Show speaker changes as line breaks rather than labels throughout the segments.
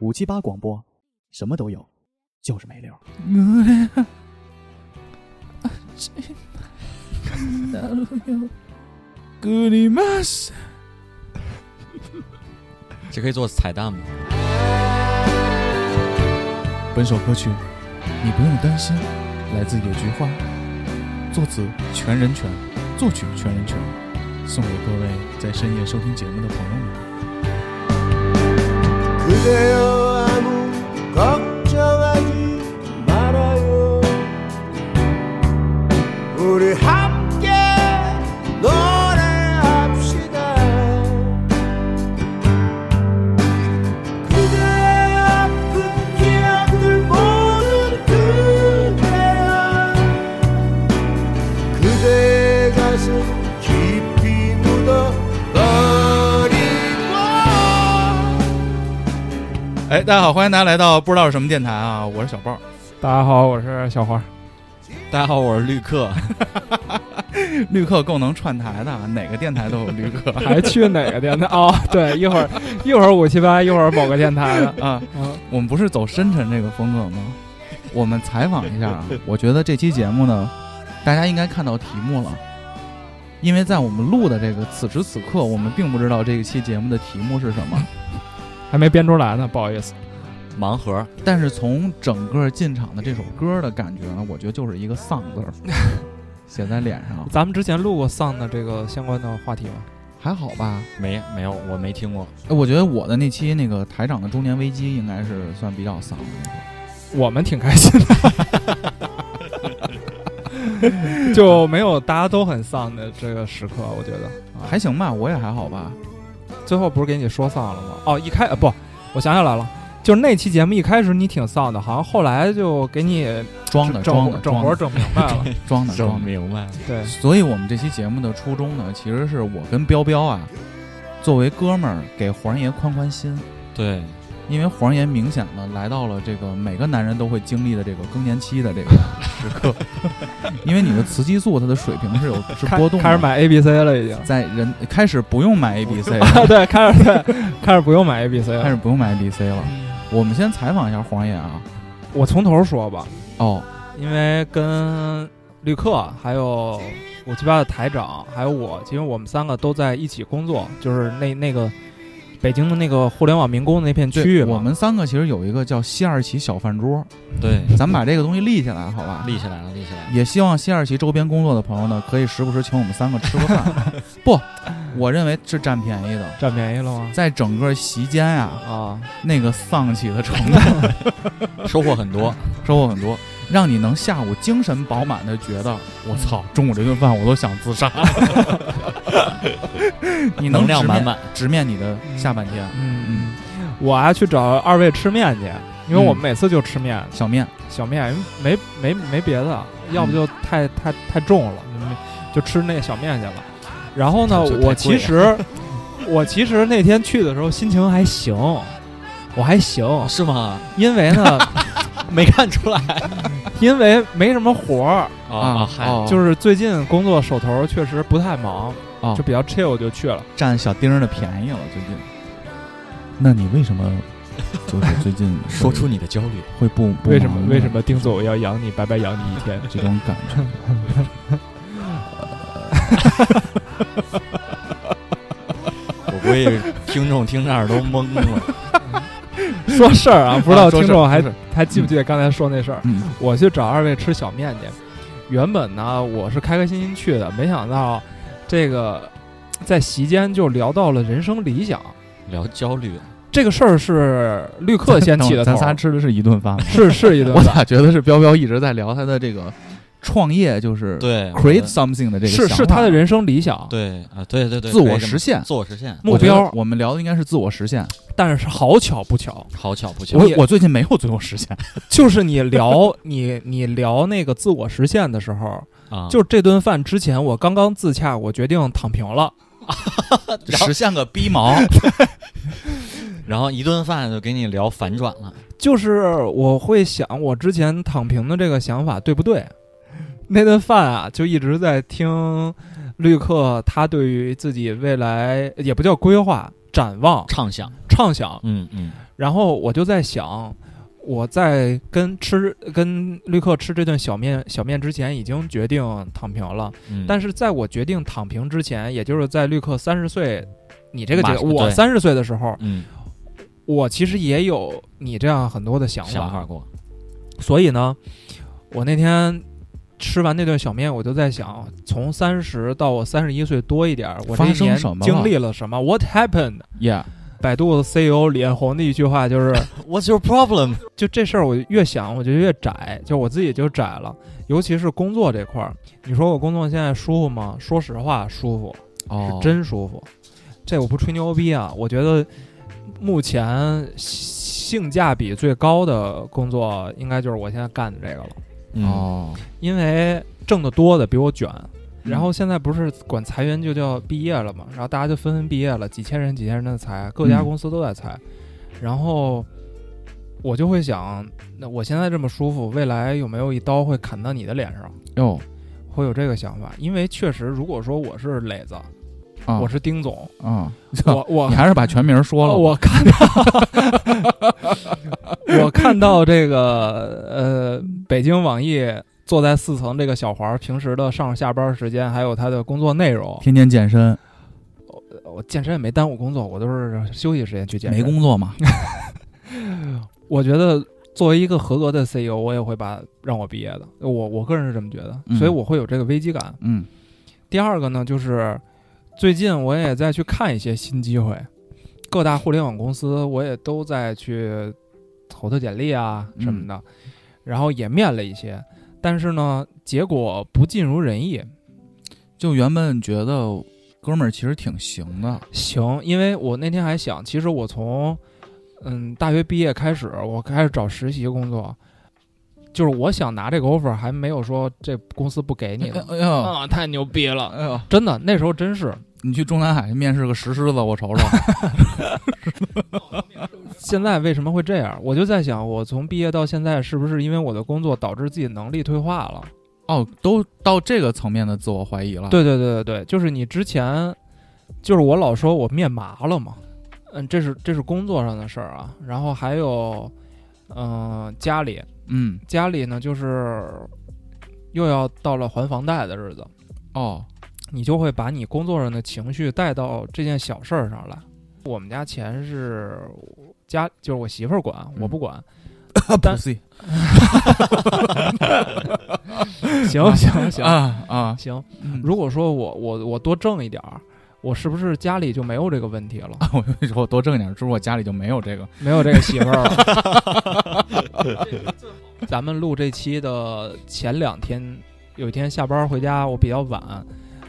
五七八广播，什么都有，就是没溜儿。
格里马斯，
这可以做彩蛋吗？
本首歌曲你不用担心，来自野菊花，作词全人权，作曲全人权，送给各位在深夜收听节目的朋友们。
그대여 아무 걱정하지 말아요 우리 함께 노래합시다 그대의 아픈 기억들 모두 그대여 그대의 가슴 깊이 묻어버리고
哎，大家好，欢迎大家来到不知道是什么电台啊，我是小豹。
大家好，我是小 花。
大家好，我是绿客。
绿客够能串台的啊，哪个电台都有绿客
还去哪个电台？哦，对，一会 儿一会儿五七八，一会儿某个电台 的。
啊。
嗯，
我们不是走深沉这个风格吗？我们采访一下 啊，我觉得这期节目呢，大家应该看到题目了，因为在我们录的这个此时此刻，我们并不知道这一期节目的题目是什么，
还没编出来呢，不好意思。
盲盒，
但是从整个进场的这首歌的感觉呢，我觉得就是一个丧字 儿写在脸上，
咱们之前录过丧的这个相关的话题吗？
还好吧？
没没有，我没听过。
哎我觉得我的那期那个台长的中年危机应该是算比较丧的，
我们挺开心 的，就没有大家都很丧的这个时刻，我觉得。啊
还行吧，我也还好吧。
最后不是给你说丧了吗？哦，一开呃不，我想起来了，就是那期节目一开始你挺丧的，好像后来就给你
装的
整
装
活
的
整活儿
装的
整明白 了。
装的装的，
明白，
对，
所以我们这期节目的初衷呢，其实是我跟彪彪啊，作为哥们儿给黄爷宽宽心，
对，
因为黄爷明显的来到了这个每个男人都会经历的这个更年期的这个时刻，因为你的雌激素它的水平是有是
开
波动的，
开始买 A B C 了已经。
在人开始不用买 A B C
啊，
了，
对，开始对，开始不用买 A B C
开
了。
始不用买 A B C 了。我们先采访一下黄爷啊，
我从头说吧，
哦，
因为跟绿客还有五七八的台长还有我，其实我们三个都在一起工作，就是那那个北京的那个互联网民工的那片区域
对，
嘛。
我们三个其实有一个叫西二旗小饭桌，
对，
咱们把这个东西立起来，好吧？
立起来了，立起来了。
也希望西二旗周边工作的朋友呢，可以时不时请我们三个吃个 饭。不，我认为是占便宜的。
占便宜了吗？
在整个席间呀、
啊，
那个丧气的程 度
收获很多，
收获很多，让你能下午精神饱满的觉得，我操，中午这顿饭我都想 自杀。你能
能量
直
满
面
满。
直面你的下半天。
嗯嗯，我还去找二位吃面去，因为
嗯
我们每次就吃面，
小面，
小面没没没别的，要不
嗯
就太太太重了，嗯没就吃那个小面去了。然后呢，
这这太贵了
我其实 我其实那天去的时候心情还行，我还行，
哦是吗？
因为 呢，
没看出来
因为没什么活儿，
啊
嗨，
哦
就是最近工作手头确实不太忙，
哦
就比较 chill 就去了。
占小丁儿的便宜了，最近。那你为什么就是最 近会
说出你的焦虑。
会不不
为什
忙
么
呢
为什么丁总要养你，白白养你一 天？
这种感觉。
我估计听众听这儿都懵了。
说事儿啊，不知道
啊说
听
事儿
众还
说事
还记不记得刚才说那事儿？
嗯，
我去找二位吃小面去。原本呢，我是开开心心去的，没想到这个在席间就聊到了人生理想
聊焦虑，
这个事儿，是绿 客先起的 头
咱
儿，？
仨吃的是一顿饭吗
是是一顿
我
饭，
咋觉得是彪彪一直在聊他的这个创业，就是
对
create something 的这个
是
想
是
法
他的人生理想，
对啊，对对对，
自
可以
我
这么
实现
自我实现。
目
我觉得
标
我们聊的应该是自我实现。
但是好巧不巧，
好巧不巧，
我
也
我最近没有自我实 现，
就是你聊 你你聊那个自我实现的时候，
啊，
就是这顿饭之前，我刚刚自洽，我决定躺平了。
实现个逼毛。
然后一顿饭就给你聊反转了。
就是我会想，我之前躺平的这个想法对不对？那顿饭啊，就一直在听绿客他对于自己未来也不叫规划、展望、
畅想，
畅想。
嗯嗯，
然后我就在想，我在跟吃跟绿客吃这顿小面小面之前，已经决定躺平了。
嗯
但是在我决定躺平之前，也就是在绿客三十岁，你这个
马
阶
上
我
对
三十岁的时候，
嗯，
我其实也有你这样很多的想
想法过，
所以呢，我那天吃完那顿小面，我就在想，从三十到我三十一岁多一点儿，我这一
发生
年
什么了
经历了什么？What happened？
，Yeah，
百度 E CEO 李彦宏的一句话就是：
What's your problem？
就这事儿，我越想我就越窄，就我自己就窄了。尤其是工作这块儿，你说我工作现在舒服吗？说实话，舒服，
哦
嗯
是，真舒服。这我不吹牛逼啊，我觉得目前性价比最高的工作，应该就是我现在干的这个了。嗯
哦，
哦，
因为挣得多的比我卷。
嗯
然后现在不是管裁员就叫毕业了嘛，然后大家就纷纷毕业了，几千人几千人的裁，各家
嗯
公司都在裁。然后我就会想，那我现在这么舒服，未来有没有一刀会砍到你的脸上？
哟，
会有这个想法，因为确实，如果说我是磊子，
啊，
我是丁总，
啊，
我我
你还是把全名说了吧，
我看到， 我看到这个呃，北京网易坐在四层这个小黄儿平时的上下班时间，还有他的工作内容，
天天健身，
我健身也没耽误工作，我都是休息时间去健身。
没工作 嘛，
我觉得作为一个合格的 CEO，我也会把让我毕业的，我我个人是这么觉得，
嗯
所以我会有这个危机感。
嗯，
第二个呢，就是最近我也在去看一些新机会，各大互联网公司我也都在去投投简历啊什么的，然后也面了一些，但是呢，结果不尽如人意。
就原本觉得哥们儿其实挺行的，
行，因为我那天还想，其实我从嗯大学毕业开始，我开始找实习工作，就是我想拿这个 offer，还没有说这公司不 给 你呢。
哎呦，
啊，太牛逼了！
哎呦，
真的，那时候真是，
你去中南海面试个石狮子，我瞅瞅，
现在为什么会这样？我就在想，我从毕业到现在，是不是因为我的工作导致自己能力退化了？
哦，都到这个层面的自我怀疑了，，
对对对对对，就是你之前，就是我老说我面麻了嘛，嗯，这是这是工作上的事儿啊。然后还有，嗯、家里
嗯，
家里呢，就是又要到了还房贷的日子，
哦，
你就会把你工作上的情绪带到这件小事儿上来。我们家钱是家，就是我媳妇儿管，我不 管。但
啊不是
行行行
啊啊，
行，
嗯
如果说我我我多挣一点儿，我是不是家里就没有这个问题了？
我跟你说，我多挣点儿，是不是我家里就没有这个？
没有这个媳妇儿了。咱们录这期的前两天，有一天下班回家，我比较晚，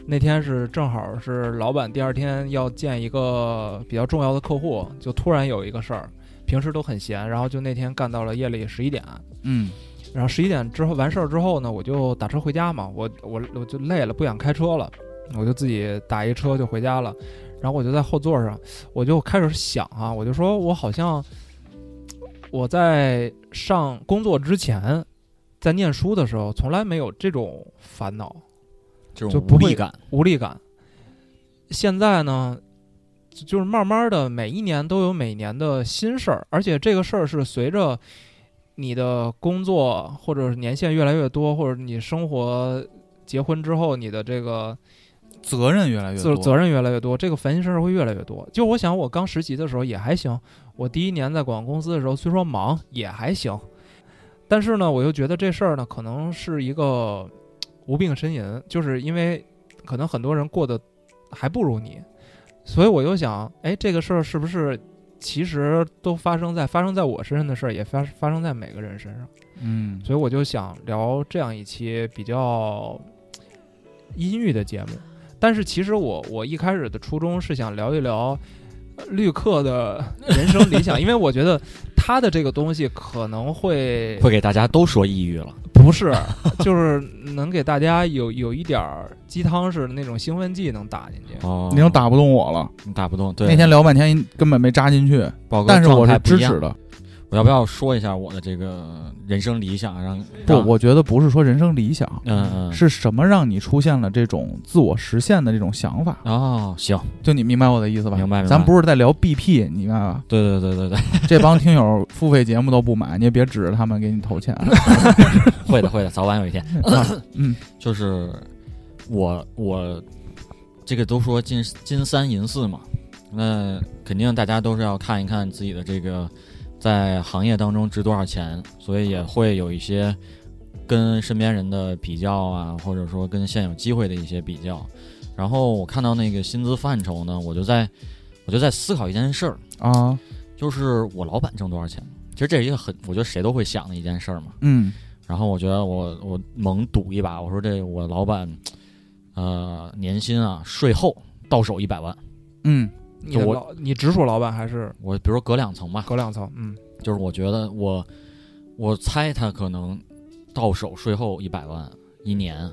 那天是正好是老板第二天要见一个比较重要的客户，就突然有一个事儿，平时都很闲，然后就那天干到了夜里十一点。
嗯，
然后十一点之后完事儿之后呢，我就打车回家嘛，我我我就累了，不想开车了，我就自己打一车就回家了。然后我就在后座上，我就开始想啊，我就说我好像我在上工作之前，在念书的时候，从来没有这种烦恼
这
就
种
不
无
会
力感，
哎
无力感。现在呢，就就是慢慢的，每一年都有每年的新事儿，而且这个事儿是随着你的工作或者是年限越来越多，或者你生活结婚之后，你的这个
责任越来越
责
多，
责任越来越多，这个烦心事儿会越来越多。就我想，我刚实习的时候也还行，我第一年在广告公司的时候，虽说忙也还行，但是呢，我又觉得这事儿呢，可能是一个无病呻吟，就是因为可能很多人过得还不如你，所以我就想，哎，这个事儿是不是其实都发生在发生在我身上的事儿，也发发生在每个人身上。
嗯，
所以我就想聊这样一期比较阴郁的节目。但是其实我我一开始的初衷是想聊一聊呃绿客的人生理想，因为我觉得他的这个东西可能会
会给大家都说抑郁了。
不是，就是能给大家有有一点儿鸡汤式的那种兴奋剂能打进去。
哦
你又打不动我了。
你打不动。对，
那天聊半天根本没扎进去，
宝哥
但是我
状
是
态不
支
一样
持。的。
我我要不要说一下我的这个人生理想？啊让
不，
让
我觉得不是说人生理想，
嗯嗯
是什么让你出现了这种自我实现的这种想法？
哦，行，
就你明白我的意思吧？
明白明白
咱不是在聊 BP，你明白 吧？
对对对对对，
这帮听友付费节目都不买，你也别指着他们给你投钱。啊
会的会的，早晚有一天。
嗯，
就是我我这个都说金金三银四嘛，那肯定大家都是要看一看自己的这个在行业当中值多少钱，所以也会有一些跟身边人的比较啊，或者说跟现有机会的一些比较。然后我看到那个薪资范畴呢，我就在我就在思考一件事儿，
啊，
就是我老板挣多少钱。其实这是一个很，我觉得谁都会想的一件事儿嘛。
嗯
然后我觉得我我猛赌一把，我说这我老板，呃，年薪啊，税后到手一百万，
嗯
你的
我
老你直属老板还是
我比如说隔两层吧，
隔两层？嗯，
就是我觉得我我猜他可能到手税后一百万一年，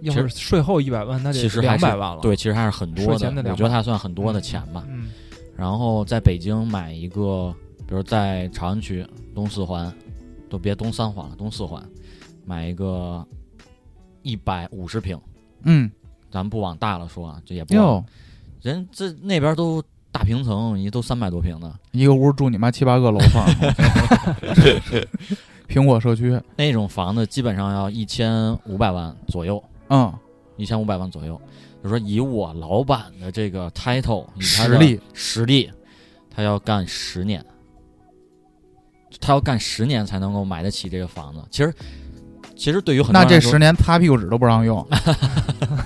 要
其
是
实
税后一百万，那得
其实还
两
是
百万了。，
对，其实还是很多
税前的
的，
200
我觉得还算很多的钱吧。
嗯，
然后在北京买一个，比如在朝阳区东四环，都别东三环了，东四环买一个一百五十平，
嗯，
咱不往大了说啊，这也不往
哟，
人这那边都大平层，你都三百多平的
一个屋住你妈七八个楼 房，苹果社区，
那种房子，基本上要一千五百万左右，
嗯，
一千五百万左右。就说以我老板的这个 title，以他
实
的
力，
实力，他要干十年，他要干十年才能够买得起这个房子。其实，其实对于很多
那
人
这
来
十
说，
年擦屁股纸都不让 用，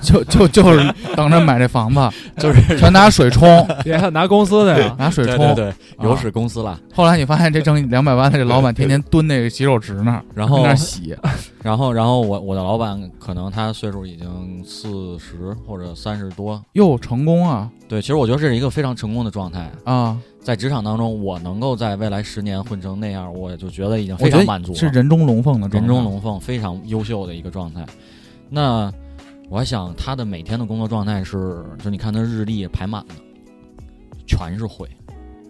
就就就是等着买这房子，
就是
全拿水冲，
别看拿公司的呀，
拿水
对
冲
对。对，
啊
有史公司了。
后来你发现这挣两百万的这老板天天蹲那个洗手池那儿，
然后
在那儿洗，
然后，然后我我的老板可能他岁数已经四十或者三十多，
哟，成功啊
对，其实我觉得这是一个非常成功的状态。
啊！
在职场当中，我能够在未来十年混成那样，我就觉得已经
我
非
觉
常满
得
足了，
是人中龙凤的状态
人中，龙凤，非常优秀的一个状态。那我还想他的每天的工作状态是，就你看他日历排满的，全是会，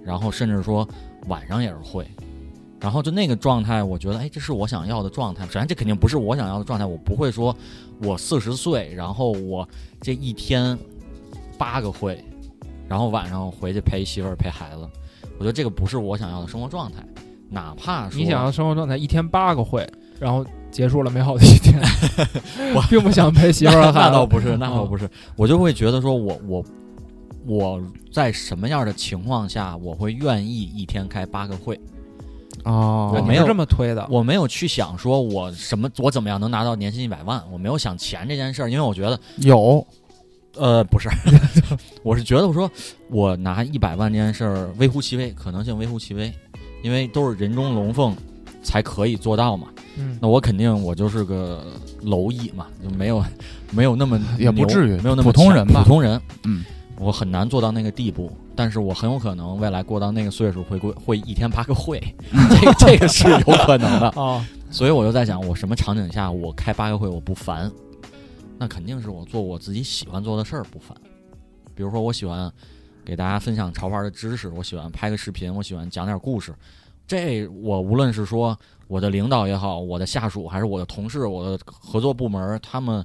然后甚至说晚上也是会，然后就那个状态，我觉得哎，这是我想要的状态。首先，这肯定不是我想要的状态，我不会说我四十岁，然后我这一天八个会，然后晚上回去陪媳妇儿陪孩子，我觉得这个不是我想要的生活状态。哪怕说
你想要生活状态，一天八个会，然后结束了美好的 一天，
我
并不想陪媳妇
那
儿和
那
孩
倒
子。
不是，那倒不是，我就会觉得说我我我在什么样的情况下我会愿意一天开八个会？
哦，
我
你
没
是
有
这么推的，
我没有去想说我什么我怎么样能拿到年薪一百万，我没有想钱这件事儿，因为我觉得
有
呃不是， 我是觉得我说我拿一百万这件事儿微乎其微，可能性微乎其微，因为都是人中龙凤才可以做到嘛。
嗯，
那我肯定我就是个蝼蚁嘛，就没有没有那么
也不
牛
至于
没有那么
普通
强
人吧
普通人，
嗯，
我很难做到那个地步，但是我很有可能未来过到那个岁数会过会一天八 个会，这个这个是有可能的，
啊，
所以我就在想，我什么场景下我开八个会我不烦，那肯定是我做我自己喜欢做的事儿不烦，比如说我喜欢给大家分享潮玩的知识，我喜欢拍个视频，我喜欢讲点故事。这我无论是说我的领导也好，我的下属还是我的同事，我的合作部门，他们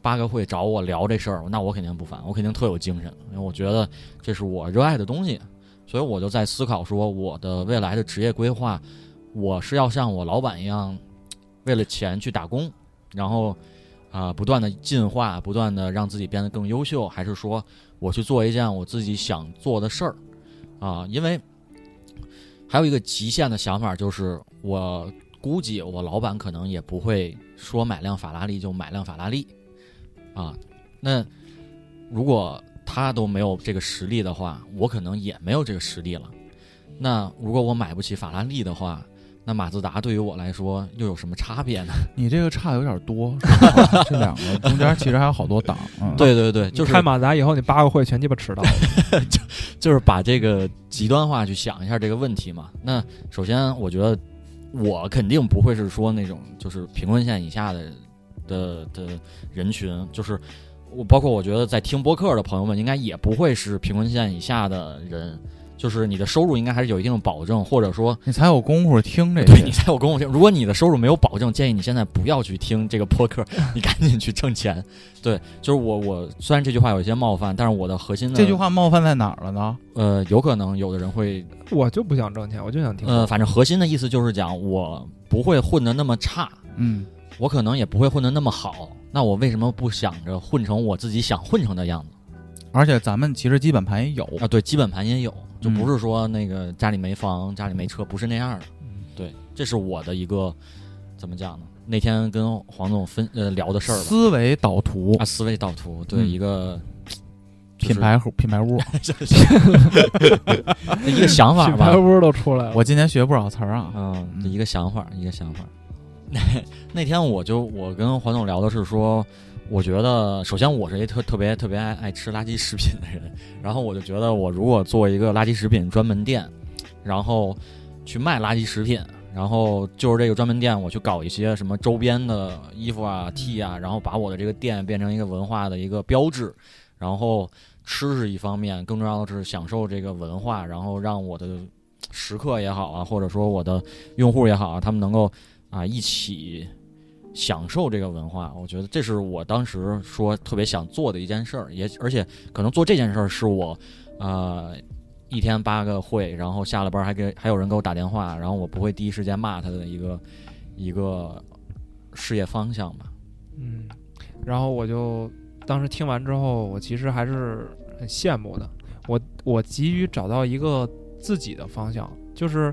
八个会找我聊这事儿，那我肯定不烦，我肯定特有精神，因为我觉得这是我热爱的东西，所以我就在思考说我的未来的职业规划，我是要像我老板一样，为了钱去打工，然后啊、不断的进化，不断的让自己变得更优秀，还是说我去做一件我自己想做的事儿啊、因为还有一个极限的想法就是，我估计我老板可能也不会说买辆法拉利就买辆法拉利啊。那如果他都没有这个实力的话，我可能也没有这个实力了。那如果我买不起法拉利的话，那马自达对于我来说又有什么差别呢？
你这个差的有点多，说实话 这两个中间其实还有好多档，嗯，
对对对，就是
开马达以后，你八个会全鸡巴迟到了。
就是把这个极端化去想一下这个问题嘛。那首先，我觉得我肯定不会是说那种就是贫困线以下的的的人群，就是我包括我觉得在听播客的朋友们，应该也不会是贫困线以下的人。就是你的收入应该还是有一定的保证，或者说
你才有功夫听这
对你
些。
才有公共性。如果你的收入没有保证，建议你现在不要去听这个播 客，你赶紧去挣钱。对，就是我我虽然这句话有一些冒犯，但是我的核心的
这句话冒犯在哪儿了呢？
呃，有可能有的人会
我就不想挣钱，我就想听。
呃，反正核心的意思就是讲我不会混得那么差，
嗯，
我可能也不会混得那么好，那我为什么不想着混成我自己想混成的样子？
而且咱们其实基本盘也有，
啊，对，基本盘也有，就
嗯
不是说那个家里没房、家里没车，不是那样的。
嗯
对，这是我的一个怎么讲呢？那天跟黄总分呃聊的事儿吧，
思维导图
啊，、思维导图，对、
嗯
一个、就是
品牌户品牌 屋。
一个想法
品
吧
牌，屋都出来了，
我今年学不少词儿啊，
嗯，一个想法，一个想法。 那那天我就我跟黄总聊的是说，我觉得首先我是一个特特别特别爱爱吃垃圾食品的人，然后我就觉得我如果做一个垃圾食品专门店，然后去卖垃圾食品，然后就是这个专门店我去搞一些什么周边的衣服啊、T 啊，然后把我的这个店变成一个文化的一个标志，然后吃是一方面，更重要的是享受这个文化，然后让我的食客也好啊，或者说我的用户也好啊，他们能够啊一起享受这个文化，我觉得这是我当时说特别想做的一件事儿，也而且可能做这件事儿是我呃一天八个会，然后下了班儿还给 还有人给我打电话，然后我不会第一时间骂他的一个一个呃事业方向吧。
嗯，然后我就当时听完之后，我其实还是很羡慕的。我我急于找到一个自己的方向，就是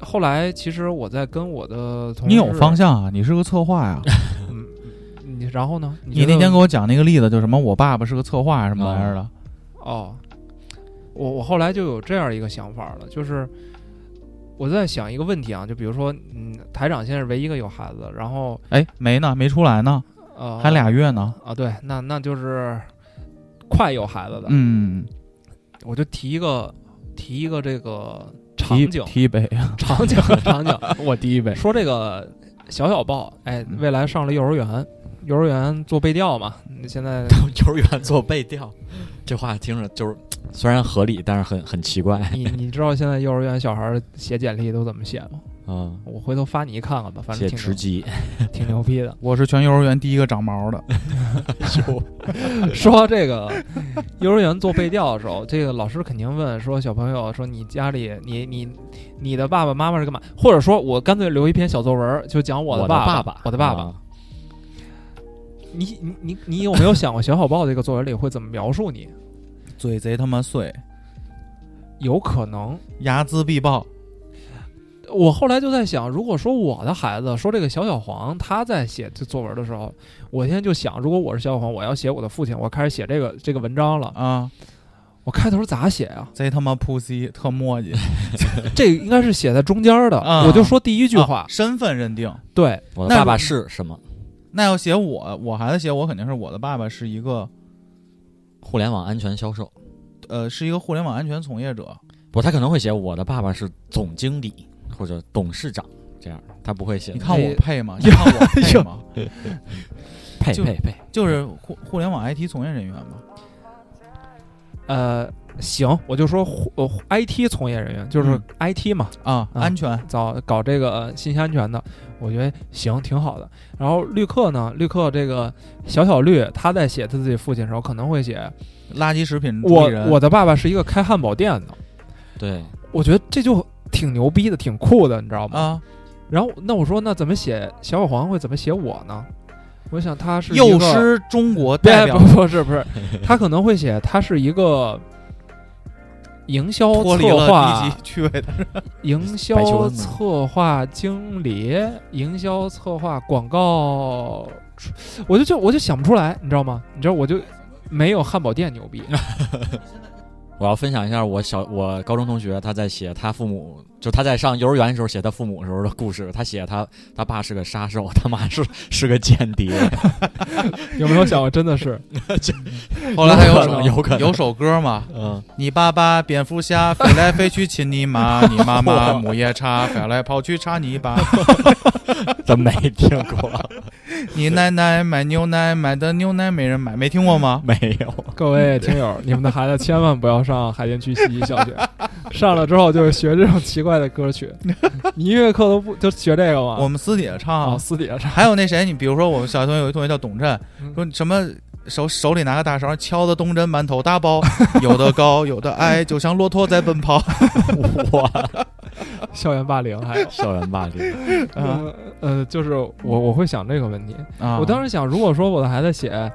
后来其实我在跟我的同事，
你有方，向啊，你是个策划呀、
嗯，你然后呢？
你啊
觉得
那天给我讲那个例子，就什么我爸爸是个策划什么玩意儿的，
哦，我我后来就有这样一个想法了，就是我在想一个问题啊，就比如说，嗯，台长现在是唯一一个有孩子的，然后
哎，没呢，没出来呢，
呃，
还俩月呢。
啊，对，那那就是快有孩子的，
嗯，
我就提一个提一个这个场
提
景，
提一杯，
场景场景，
我第一杯。
说这个小小报，哎，
嗯
未来上了幼儿园，幼儿园做背调嘛，现在
幼儿园做背调， 这话听着就是虽然合理，但是很很奇怪啊、
你你知道现在幼儿园小孩儿写简历都怎么写吗？
嗯
我回头发你看看吧，反正
写
挺
直
牛
击，
挺牛逼的。
我是全幼儿园第一个长毛的，
说到这个幼儿园做背调的时候，这个老师肯定问说：“小朋友，说你家里你你你的爸爸妈妈是干嘛？”或者说我干脆留一篇小作文儿，就讲
的
的
爸
爸我
爸，
我的爸爸。
啊
你你你你有没有想过小小报这个作文里会怎么描述你？
嘴贼他妈碎，
有可能，
睚眦必报。
我后来就在想，如果说我的孩子说这个小小黄他在写这作文的时候，我现在就想，如果我是小小黄，我要写我的父亲，我开始写这个这个文章了，
啊，
我开头咋写呀、
贼他妈 pussy，特墨 迹。
这个应该是写在中间的，
啊
我就说第一
一
句话，
身份认定。
对，
我的
那
爸爸
如
是什么？
那要写我，我孩子写我肯定是我的爸爸是一个
互联网安全销售。
呃是一个互联网安全从业者，
不，他可能会写我的爸爸是总经理或者董事长这样，他不会写
你看
哎
我配吗？你看我配吗？
配
就
配配。
就是互互联网 IT 从业人员吧。
呃，行，我就说互呃 IT 从业人员，就是
嗯
IT 嘛，
啊，
嗯
安全
早搞这个呃信息安全的，我觉得行挺好的。然后绿客呢，绿客这个小小绿，他在写他自己父亲的时候，可能会写
垃圾食嗯品主
我
理人。
我的爸爸是一个开汉堡店的，
对，
我觉得这就挺牛逼的，挺酷的，你知道吗？
啊，
然后那我说那怎么写小小黄会怎么写我呢？我想他是一
幼
个
师中国代
对，
表
不不是不是，他可能会写他是一个营销
脱离
策
了
划
低级、趣味的。
营
白求
销
恩嘛
策划经理、营销策划广告，我就就我就想不出来，你知道吗？你知道我就没有汉堡店牛逼，
我要分享一下我小我高中同学他在写他父母，就他在上幼儿园的时候写他父母的时候的故事。他写他他爸是个杀手，他妈是是个间 谍。
有没有想过真的是？
后来还
有
有
可
首
能有可能
有首歌嘛，
嗯，
你爸爸蝙蝠侠飞来飞去亲你妈，你妈妈母夜叉飞来跑去插你爸。
真没听过。
你奶奶买牛奶买的牛奶没人买，没听过 吗？
没有，
各位听友，你们的孩子千万不要上海淀区西一小学，上了之后就是学这种奇怪的歌曲，你音乐课都不就学这个吗？
我们私底下唱
啊，，私底下唱，
还有那谁，你比如说我们小学同学有一同学叫董振，
嗯
说你什么手手里拿个大勺敲的东针馒头大 包，有的高有的矮，就像骆驼在奔跑。
我
校园霸凌 还有，
校园霸凌，
啊
呃呃，就是我我会想这个问题，
啊！
我当时想，如果说我的孩子写，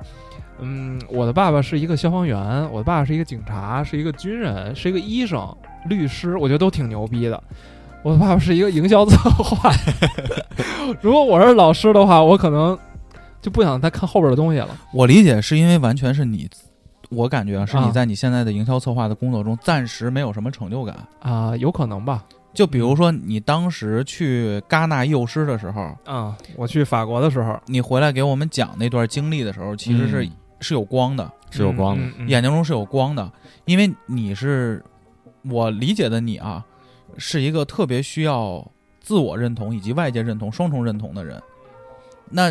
嗯，我的爸爸是一个消防员，我的爸爸是一个警察，是一个军人，是一个医生、律师，我觉得都挺牛逼的。我的爸爸是一个营销策划。 如果我是老师的话，我可能就不想再看后边的东西了。
啊我理解是因为完全是你，我感觉啊是
啊
你在你现在的营销策划的工作中暂时没有什么成就感。
啊、有可能吧。
就比如说你当时去戛纳幼师的时候，
啊、我去法国的时候
你回来给我们讲那段经历的时候，其实是、
嗯
是有光的，
是有光的，
嗯嗯嗯
眼睛中是有光的，因为你是我理解的你啊，是一个特别需要自我认同以及外界认同双重认同的人。那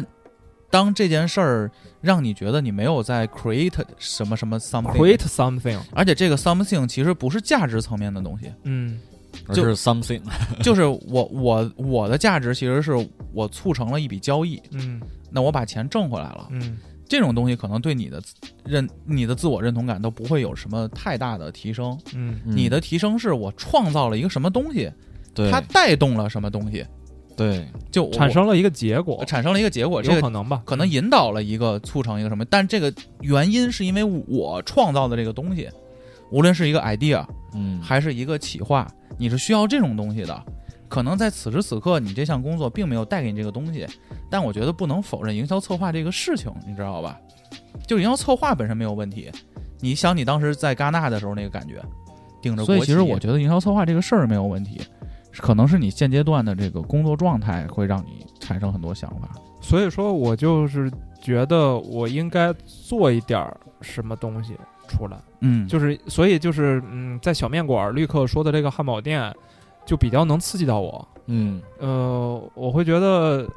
当这件事儿让你觉得你没有在 create 什么什么 something，
create something。
而且这个 something 其实不是价值层面的东 西，
嗯
而
就是
something，
就是我我我的价值其实是我促成了一笔交易，
嗯
那我把钱挣回来了。
嗯
这种东西可能对你的自认你的自我认同感都不会有什么太大的提升。
嗯
你的提升是我创造了一个什么东西，
嗯对
它带动了什么东西，
对
就我
产生了一个结果
呃，产生了一个结果，这
有
个
可能吧？
可能引导了一个促成一个什么，但这个原因是因为我创造的这个东西，无论是一个 idea
嗯
还是一个企划，你是需要这种东西的。可能在此时此刻，你这项工作并没有带给你这个东西，但我觉得不能否认营销策划这个事情，你知道吧？就营销策划本身没有问题。你想你当时在戛纳的时候那个感觉，顶着国所旗，以其实我觉得营销策划这个事儿没有问题，可能是你现阶段的这个工作状态会让你产生很多想法。
所以说我就是觉得我应该做一点儿什么东西出来，
嗯
就是所以就是嗯，在小面馆儿绿客说的这个汉堡店，就比较能刺激到我。
嗯
呃，我会觉得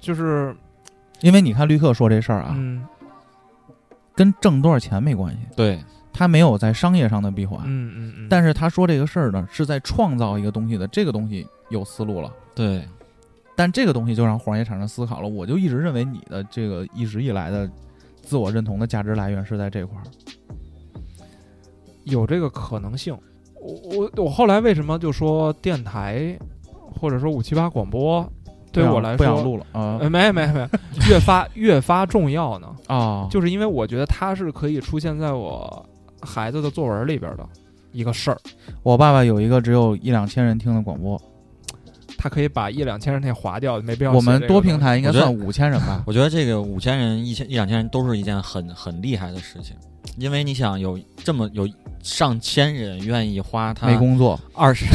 就是
因为你看绿客说这事儿啊，
嗯
跟挣多少钱没关系，
对
他没有在商业上的闭环，
嗯嗯嗯，
但是他说这个事儿呢，是在创造一个东西的，这个东西有思路了。
对
但这个东西就让黄爷产生思考了。我就一直认为你的这个一直以来的自我认同的价值来源是在这块儿。
有这个可能性。我我我后来为什么就说电台或者说五七八广播对
不
我
想
来
不想
说，
录了啊
呃，没没 没，越发越发重要呢？
啊！
就是因为我觉得它是可以出现在我孩子的作文里边的一个事儿，
我爸爸有一个只有一两千人听的广播，
它可以把一两千人那划掉，没必要。
我们多平，台应该
我觉得
算五千人吧。
我觉得这个五千人、一千、一两千人都是一件很很厉害的事情，因为你想有这么有上千人愿意花他
没工作，
二十，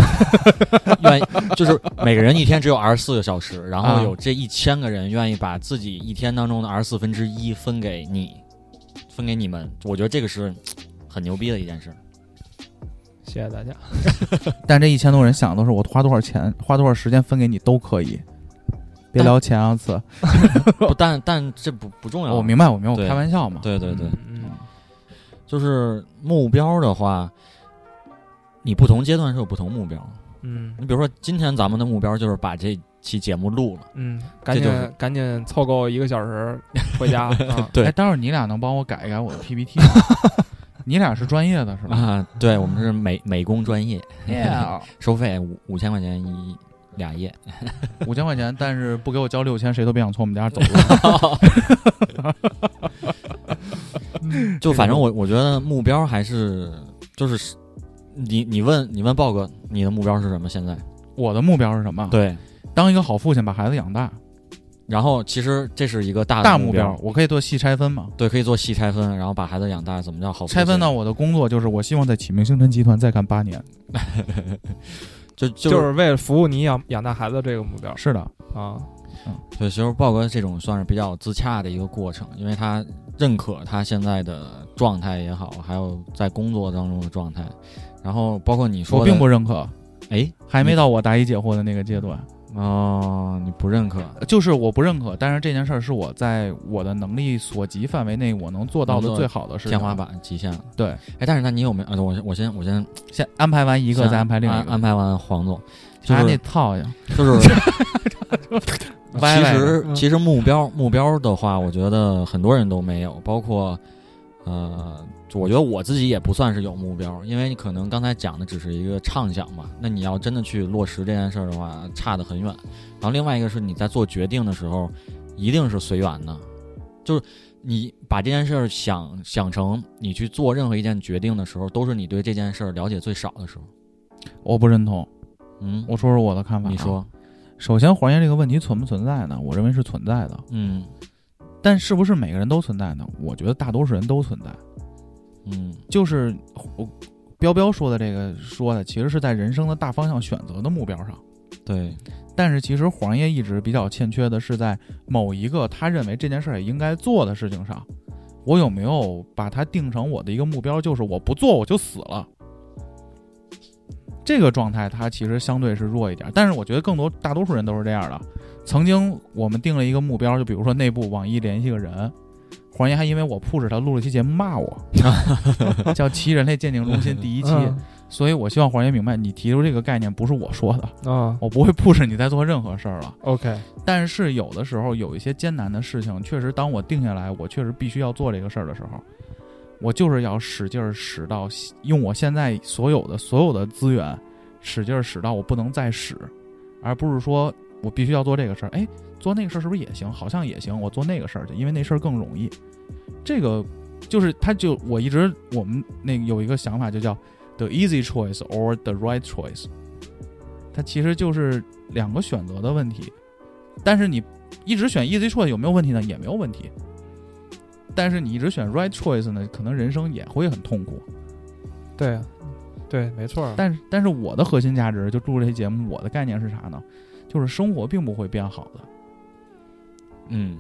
愿意就是每个人一天只有二十四个小时，然后
啊
有这一千个人愿意把自己一天当中的二十四分之一分给你，分给你们，我觉得这个是很牛逼的一件事。
谢谢大家。
但这一千多人想的都是我花多少钱、花多少时间分给你都可以，别聊钱啊次。
不，但但这不不重要。
啊
我明白，我明白，
对
我开玩笑嘛。
对对对，
嗯，
就是目标的话，你不同阶段是有不同目标。
嗯
你比如说，今天咱们的目标就是把这期节目录了。
嗯，赶紧
这就是
赶紧凑够一个小时回家。啊
对
哎，待会儿你俩能帮我改一改我的 PPT 吗？你俩是专业的是吧？嗯
啊，对，我们是美美工专业，
Yeah
收费五五千块钱一俩夜。
五千块钱，但是不给我交六千，谁都别想从我们家走 了。嗯
就反正我我觉得目标还是就是你你问你问豹哥，你的目标是什么？现在
我的目标是什么？，
对，
当一个好父亲，把孩子养大。
然后其实这是一个大的
大
目
目标，我可以做细拆分嘛？
对，可以做细拆分，然后把孩子养大，怎么叫好
拆分到
呢？
我的工作就是，我希望在启明星辰集团再干八年。
就
就
就是
为了服务你养养大孩子这个目标
是的，
啊，
对，其实豹哥这种算是比较自洽的一个过程，因为他认可他现在的状态也好，还有在工作当中的状态，然后包括你说
我
的
并不认可，
哎
还没到我答疑解惑的那个阶段。
哦，你不认可，
就是我不认可，但是这件事儿是我在我的能力所及范围内我能做到
能
的
做
最好的事情。
天花板极限了。
对，
哎，但是那你有没有？啊、我我先我先
先安排完一个，
先
再安排另一
安
个，
安排完黄总，就
他那
是
套呀，
就是。
歪歪
其
的
实
嗯
其实目标目标的话，我觉得很多人都没有，包括呃，就我觉得我自己也不算是有目标，因为你可能刚才讲的只是一个畅想嘛。那你要真的去落实这件事儿的话，差得很远。然后另外一个是你在做决定的时候，一定是随缘的，就是你把这件事儿想想成你去做任何一件决定的时候，都是你对这件事儿了解最少的时候。
我不认同。
嗯，
我说说我的看法。啊
你，说，
首先还原这个问题存不存在呢？我认为是存在的，
嗯
但是不是每个人都存在呢？我觉得大多数人都存在。
嗯
就是我彪彪说的这个说的，其实是在人生的大方向选择的目标上。
对，
但是其实黄爷一直比较欠缺的是在某一个他认为这件事儿也应该做的事情上，我有没有把它定成我的一个目标，就是我不做我就死了。这个状态他其实相对是弱一点，但是我觉得更多大多数人都是这样的。曾经我们定了一个目标，就比如说内部网易联系个人，黄爷还因为我 push 他录了一期节目骂我，叫《其人类鉴定中心》第一期，
嗯
所以我希望黄爷明白，你提出这个概念不是我说的，
嗯啊
我不会 push 你在做任何事儿了。
，OK，
但是有的时候有一些艰难的事情，确实当我定下来，我确实必须要做这个事儿的时候，我就是要使劲儿使到用我现在所有的所有的资源，使劲儿使到我不能再使，而不是说我必须要做这个事儿。哎，做那个事儿是不是也行？好像也行，我做那个事儿去，因为那事儿更容易。这个就是他就我一直我们那个有一个想法，就叫 the easy choice or the right choice，它其实就是两个选择的问题。但是你一直选 easy choice 有没有问题呢？也没有问题。但是你一直选 right choice 呢，可能人生也会很痛苦。
对，啊对，没错儿，
但是，但是我的核心价值就录这些节目，我的概念是啥呢？就是生活并不会变好的，
嗯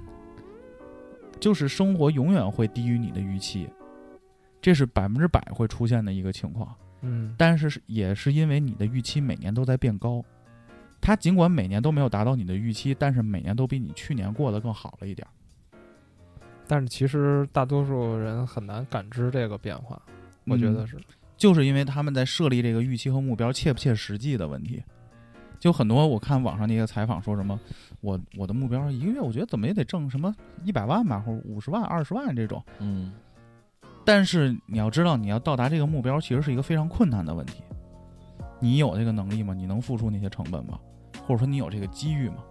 就是生活永远会低于你的预期，这是百分之百会出现的一个情况。
嗯，
但是是也是因为你的预期每年都在变高，它尽管每年都没有达到你的预期，但是每年都比你去年过得更好了一点儿。
但是其实大多数人很难感知这个变化，我觉
嗯
得是，
就是因为他们在设立这个预期和目标切不切实际的问题。就很多我看网上那些采访说什么，我我的目标一个月，我觉得怎么也得挣什么一百万吧，或者五十万、二十万这种。
嗯
但是你要知道，你要到达这个目标，其实是一个非常困难的问题。你有这个能力吗？你能付出那些成本吗？或者说你有这个机遇吗？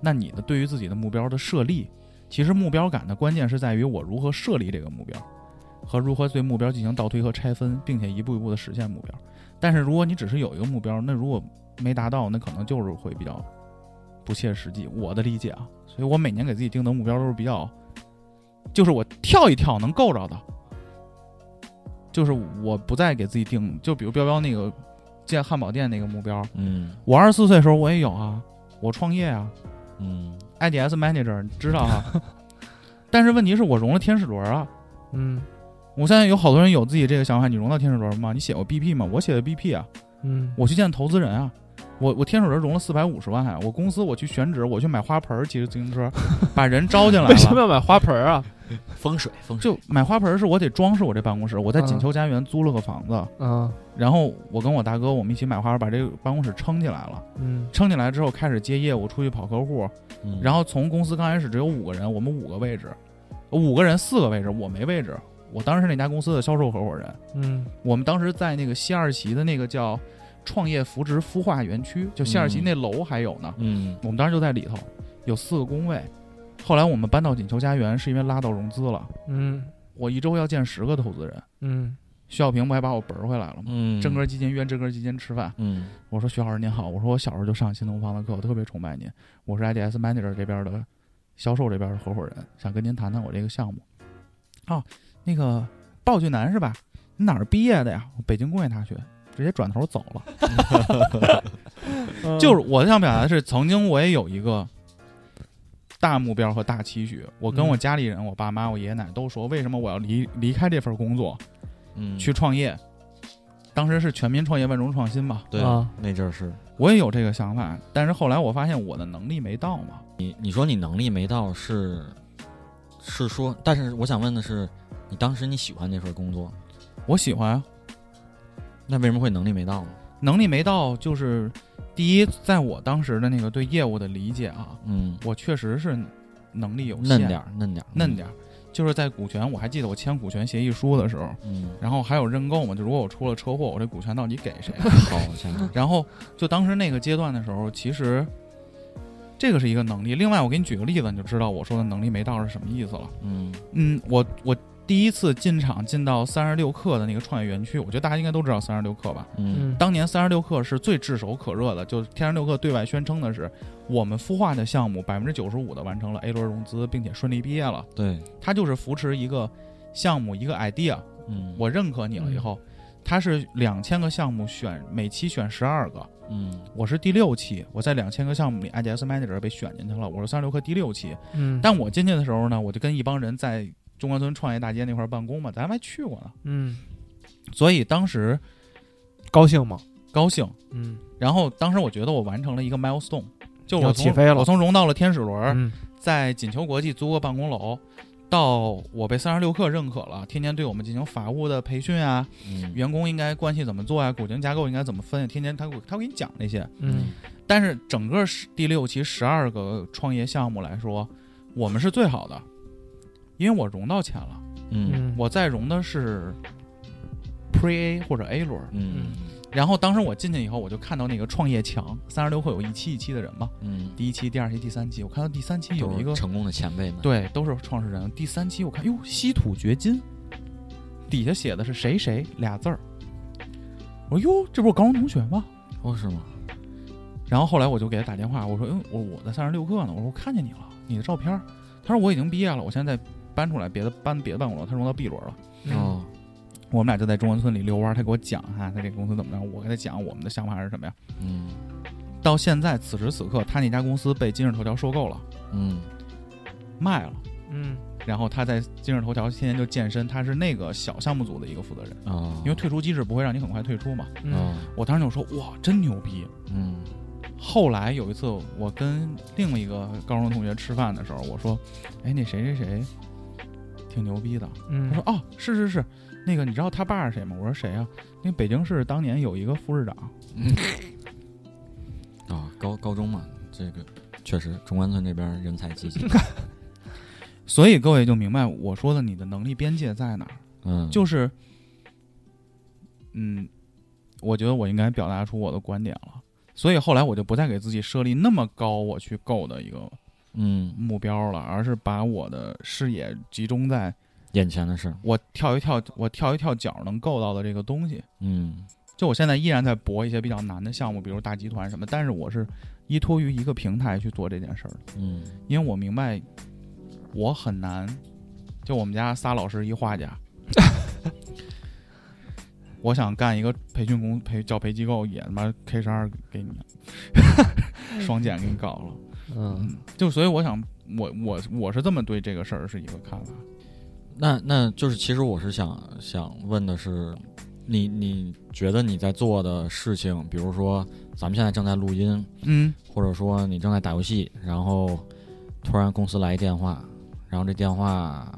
那你的对于自己的目标的设立，其实目标感的关键是在于我如何设立这个目标，和如何对目标进行倒推和拆分，并且一步一步的实现目标。但是如果你只是有一个目标，那如果没达到，那可能就是会比较不切实际。我的理解啊，所以我每年给自己定的目标都是比较，就是我跳一跳能够着的，就是我不再给自己定，就比如彪彪那个建汉堡店那个目标，
嗯
我二十四岁的时候我也有啊，我创业啊
嗯
，IDS manager 你知道 啊，但是问题是我融了天使轮啊，
嗯
我现在有好多人有自己这个想法，你融到天使轮吗？你写过 BP 吗？我写的 BP 啊，
嗯，
我去见投资人啊。我我天使轮融了四百五十万啊，我公司我去选址，我去买花盆儿，骑着自行车，把人招进来
为什么
了。
要买花盆儿啊？
风水风水
就买花盆儿是我得装饰我这办公室，我在锦
嗯
绣家园租了个房子，
嗯
然后我跟我大哥我们一起买花，把这个办公室撑起来了。
嗯
撑起来之后开始接业务，出去跑客户。
嗯
然后从公司刚开始只有五个人，我们五个位置，五个人四个位置，我没位置。我当时是那家公司的销售合伙人。
嗯
我们当时在那个西二旗的那个叫创业扶植孵化园区，就西二旗
嗯
那楼还有呢。
嗯
我们当时就在里头，有四个工位。后来我们搬到锦绣家园，是因为拉到融资了。
嗯
我一周要见十个投资人，
嗯
徐小平不还把我本儿回来了吗？
嗯
正根基金约正根基金吃饭，
嗯
我说徐老师您好，我说我小时候就上新东方的课，我特别崇拜您。我是 IDS Manager 这边的销售这边的合伙人，想跟您谈谈我这个项目。哦，那个鲍俊南是吧？你哪儿毕业的呀？我北京工业大学，直接转头走了。
嗯，
就是我想表达的是，曾经我也有一个大目标和大期许。我跟我家里人、我爸妈、我爷爷奶奶都说，为什么我要离离开这份工作
嗯
去创业？当时是全民创业万众创新吧，
对，
啊
那阵儿是
我也有这个想法，但是后来我发现我的能力没到嘛，
你你说你能力没到是是说，但是我想问的是，你当时你喜欢这份工作，
我喜欢啊，
那为什么会能力没到呢？
能力没到就是第一，在我当时的那个对业务的理解啊，
嗯，
我确实是能力有限，
嫩点儿，嫩点儿，嗯
嫩点儿，就是在股权，我还记得我签股权协议书的时候，
嗯，
然后还有认购嘛，就如果我出了车祸，我这股权到底给谁？啊
好家伙，
然后就当时那个阶段的时候，其实这个是一个能力。另外，我给你举个例子，你就知道我说的能力没到是什么意思了。
嗯
嗯，我我第一次进场进到三十六氪的那个创业园区，我觉得大家应该都知道三十六氪吧。
嗯
嗯，
当年三十六氪是最炙手可热的，就是天然六氪对外宣称的是我们孵化的项目百分之九十五的完成了 A 轮融资，并且顺利毕业了。
对，
它就是扶持一个项目一个 idea，
嗯
我认可你了以后，它是两千个项目选每期选十二个，
嗯
我是第六期，我在两千个项目里 IDS Manager 被选进去了，我是三十六氪第六期。
嗯，
但我进去的时候呢，我就跟一帮人在中关村创业大街那块儿办公嘛，咱还去过呢，
嗯，
所以当时
高兴吗？
高兴。
嗯
然后当时我觉得我完成了一个 milestone，就我
要
从
起飞了
我从融到了天使轮，
嗯
在锦球国际租个办公楼，到我被三十六氪认可了，天天对我们进行法务的培训啊，
嗯
员工应该关系怎么做呀、啊股权架构应该怎么分，啊天天他给我他会给你讲这些。
嗯
但是整个十第六期十二个创业项目来说，我们是最好的，因为我融到钱了，
嗯
嗯，
我在融的是 Pre A 或者 A 轮。
嗯
然后当时我进去以后，我就看到那个创业墙，三十六会有一期一期的人嘛，
嗯，
第一期、第二期、第三期，我看到第三期有一个
都是成功的前辈们，，
对，都是创始人。第三期我看，哟，稀土掘金，底下写的是谁谁俩字儿。我说哟，这不是我高中同学吗？
哦是吗？
然后后来我就给他打电话，我说，嗯，我我在三十六课呢，我说我看见你了，你的照片儿。他说我已经毕业了，我现在搬出来别的搬别的办公楼，他融到 B 轮了。
哦，
我们俩就在中关村里遛弯儿，他给我讲哈、他这个公司怎么着，我给他讲我们的想法是什么呀。
嗯
到现在此时此刻，他那家公司被今日头条收购了，
嗯
卖了。
嗯
然后他在今日头条天天就健身，他是那个小项目组的一个负责人，
哦，
因为退出机制不会让你很快退出嘛。
嗯
哦
我当时就说哇，真牛逼！
嗯
后来有一次我跟另一个高中同学吃饭的时候，我说，哎，那谁谁谁挺牛逼的。他说
嗯，
哦，是是是，那个你知道他爸是谁吗？我说谁啊？那北京市当年有一个副市长，
啊，高高中嘛，这个确实中关村这边人才济 济，
所以各位就明白我说的你的能力边界在哪儿。
嗯，
就是，嗯，我觉得我应该表达出我的观点了，所以后来我就不再给自己设立那么高我去够的一个
嗯
目标了，而是把我的视野集中在
眼前的事儿，
我跳一跳，我跳一跳脚能够到的这个东西。
嗯
就我现在依然在搏一些比较难的项目，比如大集团什么，但是我是依托于一个平台去做这件事儿的，
嗯
因为我明白我很难。就我们家仨老师一画家，我想干一个培训公培教培机构，也他妈 K 十二给你了 双减给你搞了。
嗯，
就所以我想，我我我是这么对这个事儿是一个看法。
那那就是，其实我是想想问的是，你你觉得你在做的事情，比如说咱们现在正在录音，
嗯
或者说你正在打游戏，然后突然公司来一电话，然后这电话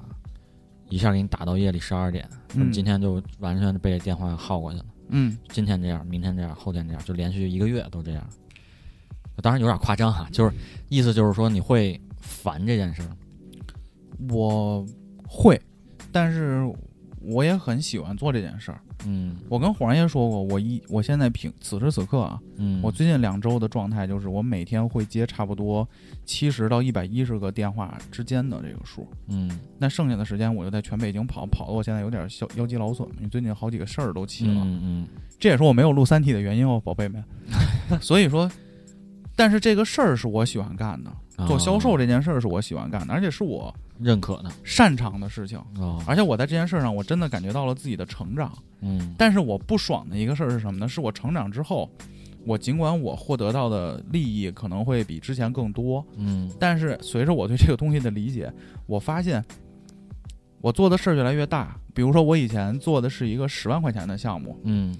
一下给你打到夜里十二点，那么
嗯
今天就完全被这电话耗过去了。
嗯，
今天这样，明天这样，后天这样，就连续一个月都这样。当然有点夸张哈，就是意思就是说你会烦这件事儿。
我会，但是我也很喜欢做这件事儿。
嗯
我跟黄爷说过，我一我现在平此时此刻啊，
嗯，
我最近两周的状态就是，我每天会接差不多七十到一百一十个电话之间的这个数。
嗯
那剩下的时间我就在全北京跑，跑的我现在有点腰腰肌劳损嘛，因为最近好几个事儿都齐了。
嗯嗯
这也是我没有录三 T 的原因哦，宝贝 们。所以说，但是这个事儿是我喜欢干的，
嗯，
做销售
这
这件事儿是我喜欢干的，而且是我
认可的
擅长的事情。
哦，
而且我在这件事儿上，我真的感觉到了自己的成长。
嗯
但是我不爽的一个事儿是什么呢？是我成长之后，我尽管我获得到的利益可能会比之前更多，
嗯
但是随着我对这个东西的理解，我发现我做的事儿越来越大。比如说，我以前做的是一个十万块钱的项目，
嗯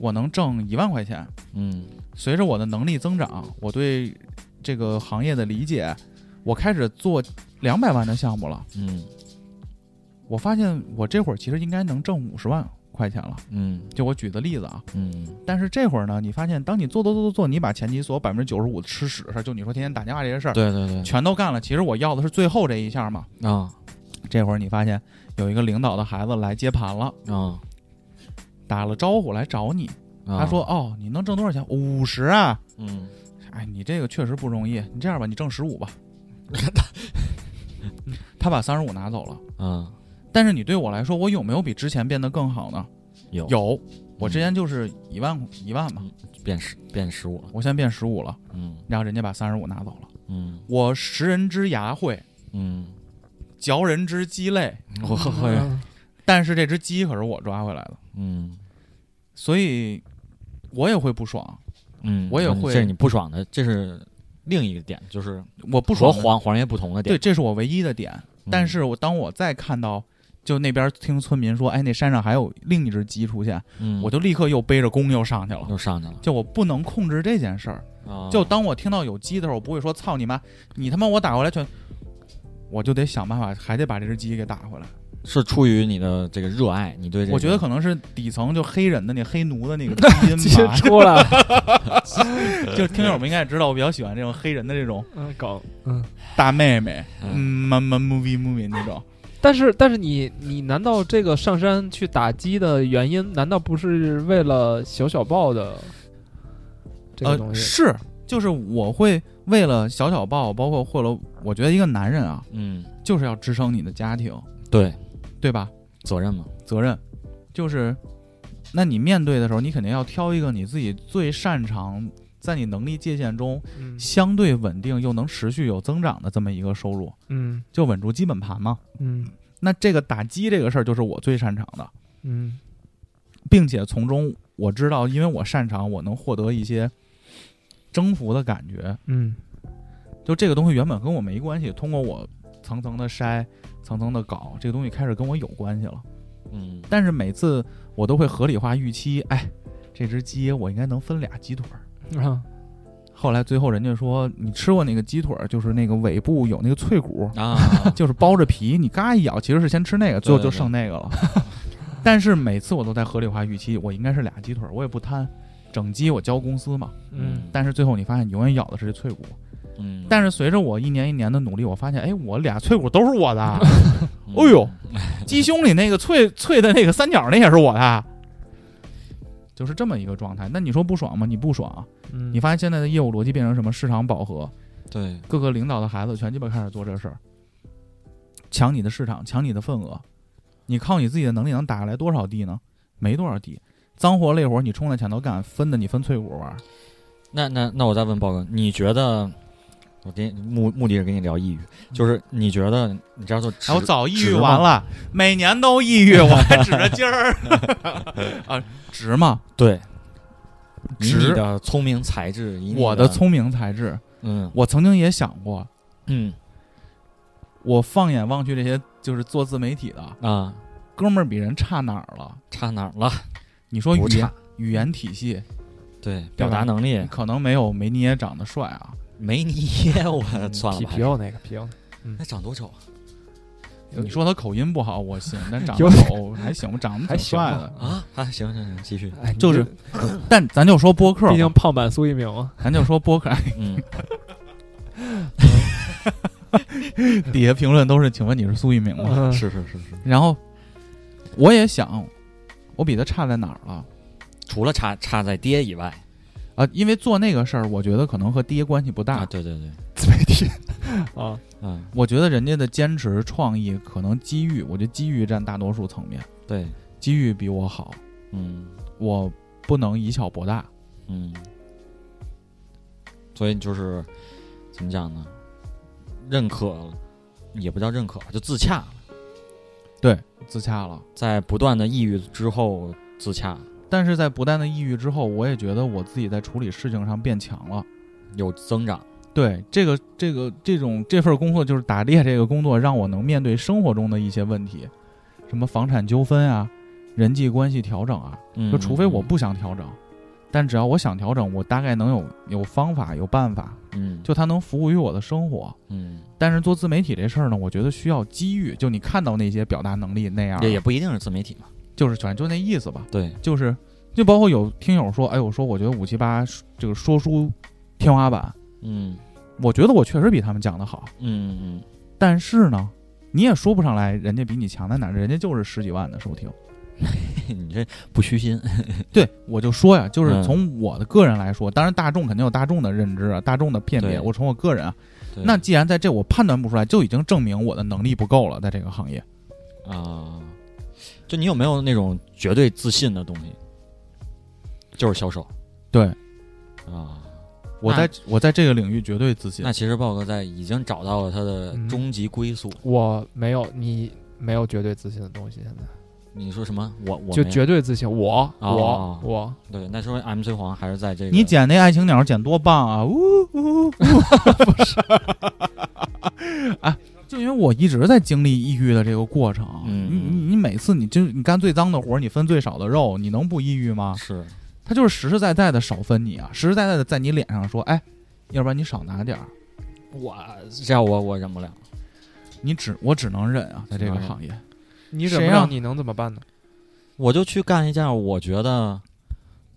我能挣一万块钱。
嗯
随着我的能力增长，我对这个行业的理解，我开始做两百万的项目了。
嗯
我发现我这会儿其实应该能挣五十万块钱了。
嗯
就我举的例子啊，
嗯
但是这会儿呢，你发现当你做做做做做，你把前期所有百分之九十五的吃屎的事儿，就你说天天打电话这些事儿，
对对对
全都干了。其实我要的是最后这一项嘛。
啊
这会儿你发现有一个领导的孩子来接盘了，
啊
打了招呼来找你，
啊
他说：“哦，你能挣多少钱？五十啊！
嗯
哎，你这个确实不容易。你这样吧，你挣十五吧。 他把三十五拿走了，
啊
但是你对我来说，我有没有比之前变得更好呢？
有
有，我之前就是一万一万嘛，
变十变十五了
我现在变十五了，
嗯
然后人家把三十五拿走了。
嗯
我食人之牙慧，
嗯
嚼人之鸡肋，
我会
但是这只鸡可是我抓回来的，
嗯
所以我也会不爽。
嗯
我也
啊你
会
这是你不爽的，这是另一个点，就是
我不
和
爽，
黄黄爷不同的点
对，。这是我唯一的点。
嗯
但是我当我再看到，就那边听村民说，哎，那山上还有另一只鸡出现，
嗯
我就立刻又背着弓又上去了。
又上去了
就我不能控制这件事儿。
啊，
就当我听到有鸡的时候，我不会说“操你妈”，你他妈我打回来全，我就得想办法，还得把这只鸡给打回来。
是出于你的这个热爱，你对这个
我觉得可能是底层就黑人的那黑奴的 那个基因吧。
出来了，
就听友们应该也知道，我比较喜欢这种黑人的这种
嗯，梗，嗯。
大妹妹，嗯，
嗯
妈妈 movie movie 那种。
但是，但是你你难道这个上山去打鸡的原因，难道不是为了小小豹的这个
呃，
东西？
是，就是我会为了小小豹，包括或者我觉得一个男人啊，
嗯，
就是要支撑你的家庭，
对，
对吧？
责任嘛，
责任，就是，那你面对的时候，你肯定要挑一个你自己最擅长，在你能力界限中
嗯
相对稳定又能持续有增长的这么一个收入，
嗯
就稳住基本盘嘛。
嗯
那这个打击这个事儿就是我最擅长的，
嗯
并且从中我知道，因为我擅长，我能获得一些征服的感觉。
嗯
就这个东西原本跟我没关系，通过我层层的筛、层层的搞，这个东西开始跟我有关系了。
嗯
但是每次我都会合理化预期，哎，这只鸡我应该能分俩鸡腿儿。
啊
后来最后人家说，你吃过那个鸡腿儿，就是那个尾部有那个脆骨，
啊，
就是包着皮，你嘎一咬，其实是先吃那个，最后
对
就
对
剩那个了。 但是每次我都在合理化预期，我应该是俩鸡腿儿，我也不贪，整鸡我交公司嘛。
嗯
但是最后你发现，你永远咬的是这脆骨。
嗯，
但是随着我一年一年的努力，我发现，哎，我俩脆骨都是我的，
嗯
哎呦，鸡胸里那个脆脆的那个三角那也是我的，就是这么一个状态。那你说不爽吗？你不爽。
嗯
你发现现在的业务逻辑变成什么？市场饱和，
对，
各个领导的孩子全鸡巴开始做这事儿，抢你的市场，抢你的份额。你靠你自己的能力能打下来多少地呢？没多少地，脏活累活你冲在前头干，分的你分脆骨玩儿。
那那那我再问豹哥，你觉得我给你目目的是跟你聊抑郁，就是你觉得你这样做值，
哎，我早抑郁
值吗
完了，每年都抑郁，我还指着今 儿啊，值吗？
对，以你
值
的聪明才智，以你
我
的
的，聪明才智，
嗯
我曾经也想过，
嗯
我放眼望去，这些就是做自媒体的
啊，
哥们儿比人差哪儿了？
差哪儿了？
你说
不
语言
差
语言体系，对
对，
吧
表达能力
你可能没有梅尼耶长得帅啊，
没你耶，我
嗯
算了
皮
吧，
皮奥那个皮奥那个，
那长多丑啊
有
你说他口音不好我信，但长得
有
丑还行，长得
还
挺
行
帅
吧
的。
啊啊！行行行，继续，
哎，你
就是，但咱就说播客
毕竟
吧，
胖版苏一鸣啊，
咱就说播客。哎
嗯，
底下评论都是，请问你是苏一鸣 吗？
嗯
是是是是，
然后我也想，我比他差在哪儿了
除了差差在爹以外
啊？因为做那个事儿，我觉得可能和爹关系不大
啊，。对对对，
自媒体啊，
嗯
我觉得人家的坚持、创意，可能机遇，我觉得机遇占大多数层面，
对，
机遇比我好，
嗯。
我不能以小博大。
嗯，所以就是怎么讲呢？认可也不叫认可吧，就自洽了，
对，自洽了。
在不断的抑郁之后自洽，
但是在不断的抑郁之后，我也觉得我自己在处理事情上变强了。
有增长。
对，这个这个这种这份工作就是打猎这个工作，让我能面对生活中的一些问题，什么房产纠纷啊，人际关系调整啊，
嗯
就除非我，不想调整，但只要我想调整，我大概能有有方法有办法，
嗯，
就它能服务于我的生活。
嗯，
但是做自媒体这事儿呢，我觉得需要机遇，就你看到那些表达能力那样的，
也也不一定是自媒体嘛，
就是反正就那意思吧，
对，
就是就包括有听友说，哎，我说我觉得五七八这个说书天花板，
嗯
我觉得我确实比他们讲的好，
嗯嗯
但是呢，你也说不上来人家比你强在哪儿，人家就是十几万的 收听。
嗯，你这不虚心，
对，我就说呀，就
嗯
是从我的个人来说，当然大众肯定有大众的认知啊，大众的辨
对
别。我从我个人啊，
对
那既然在这我判断不出来，就已经证明我的能力不够了，在这个行业。
啊，就你有没有那种绝对自信的东西？就是销售
对
啊，
我在我在这个领域绝对自信
那。其实豹哥在已经找到了他的
嗯
终极归宿。
我没有你没有绝对自信的东西，现在
你说什么？我我
就
没有
绝对自信，我
哦
我我，
对，那时候 MC 黄还是在这个
你捡那爱情鸟捡多棒啊！呜呜呜！ 啊，就因为我一直在经历抑郁的这个过程，
嗯
你你你每次你就你干最脏的活儿，你分最少的肉，你能不抑郁 吗？
是
他就是实实在在的少分你啊，实实在在的在你脸上说，哎，要不然你少拿点儿，
我这样我我忍不了。
你只我只能忍啊，在这个
只能忍
行业，
你忍不
谁
了，
让
你能怎么办呢？
我就去干一件我觉得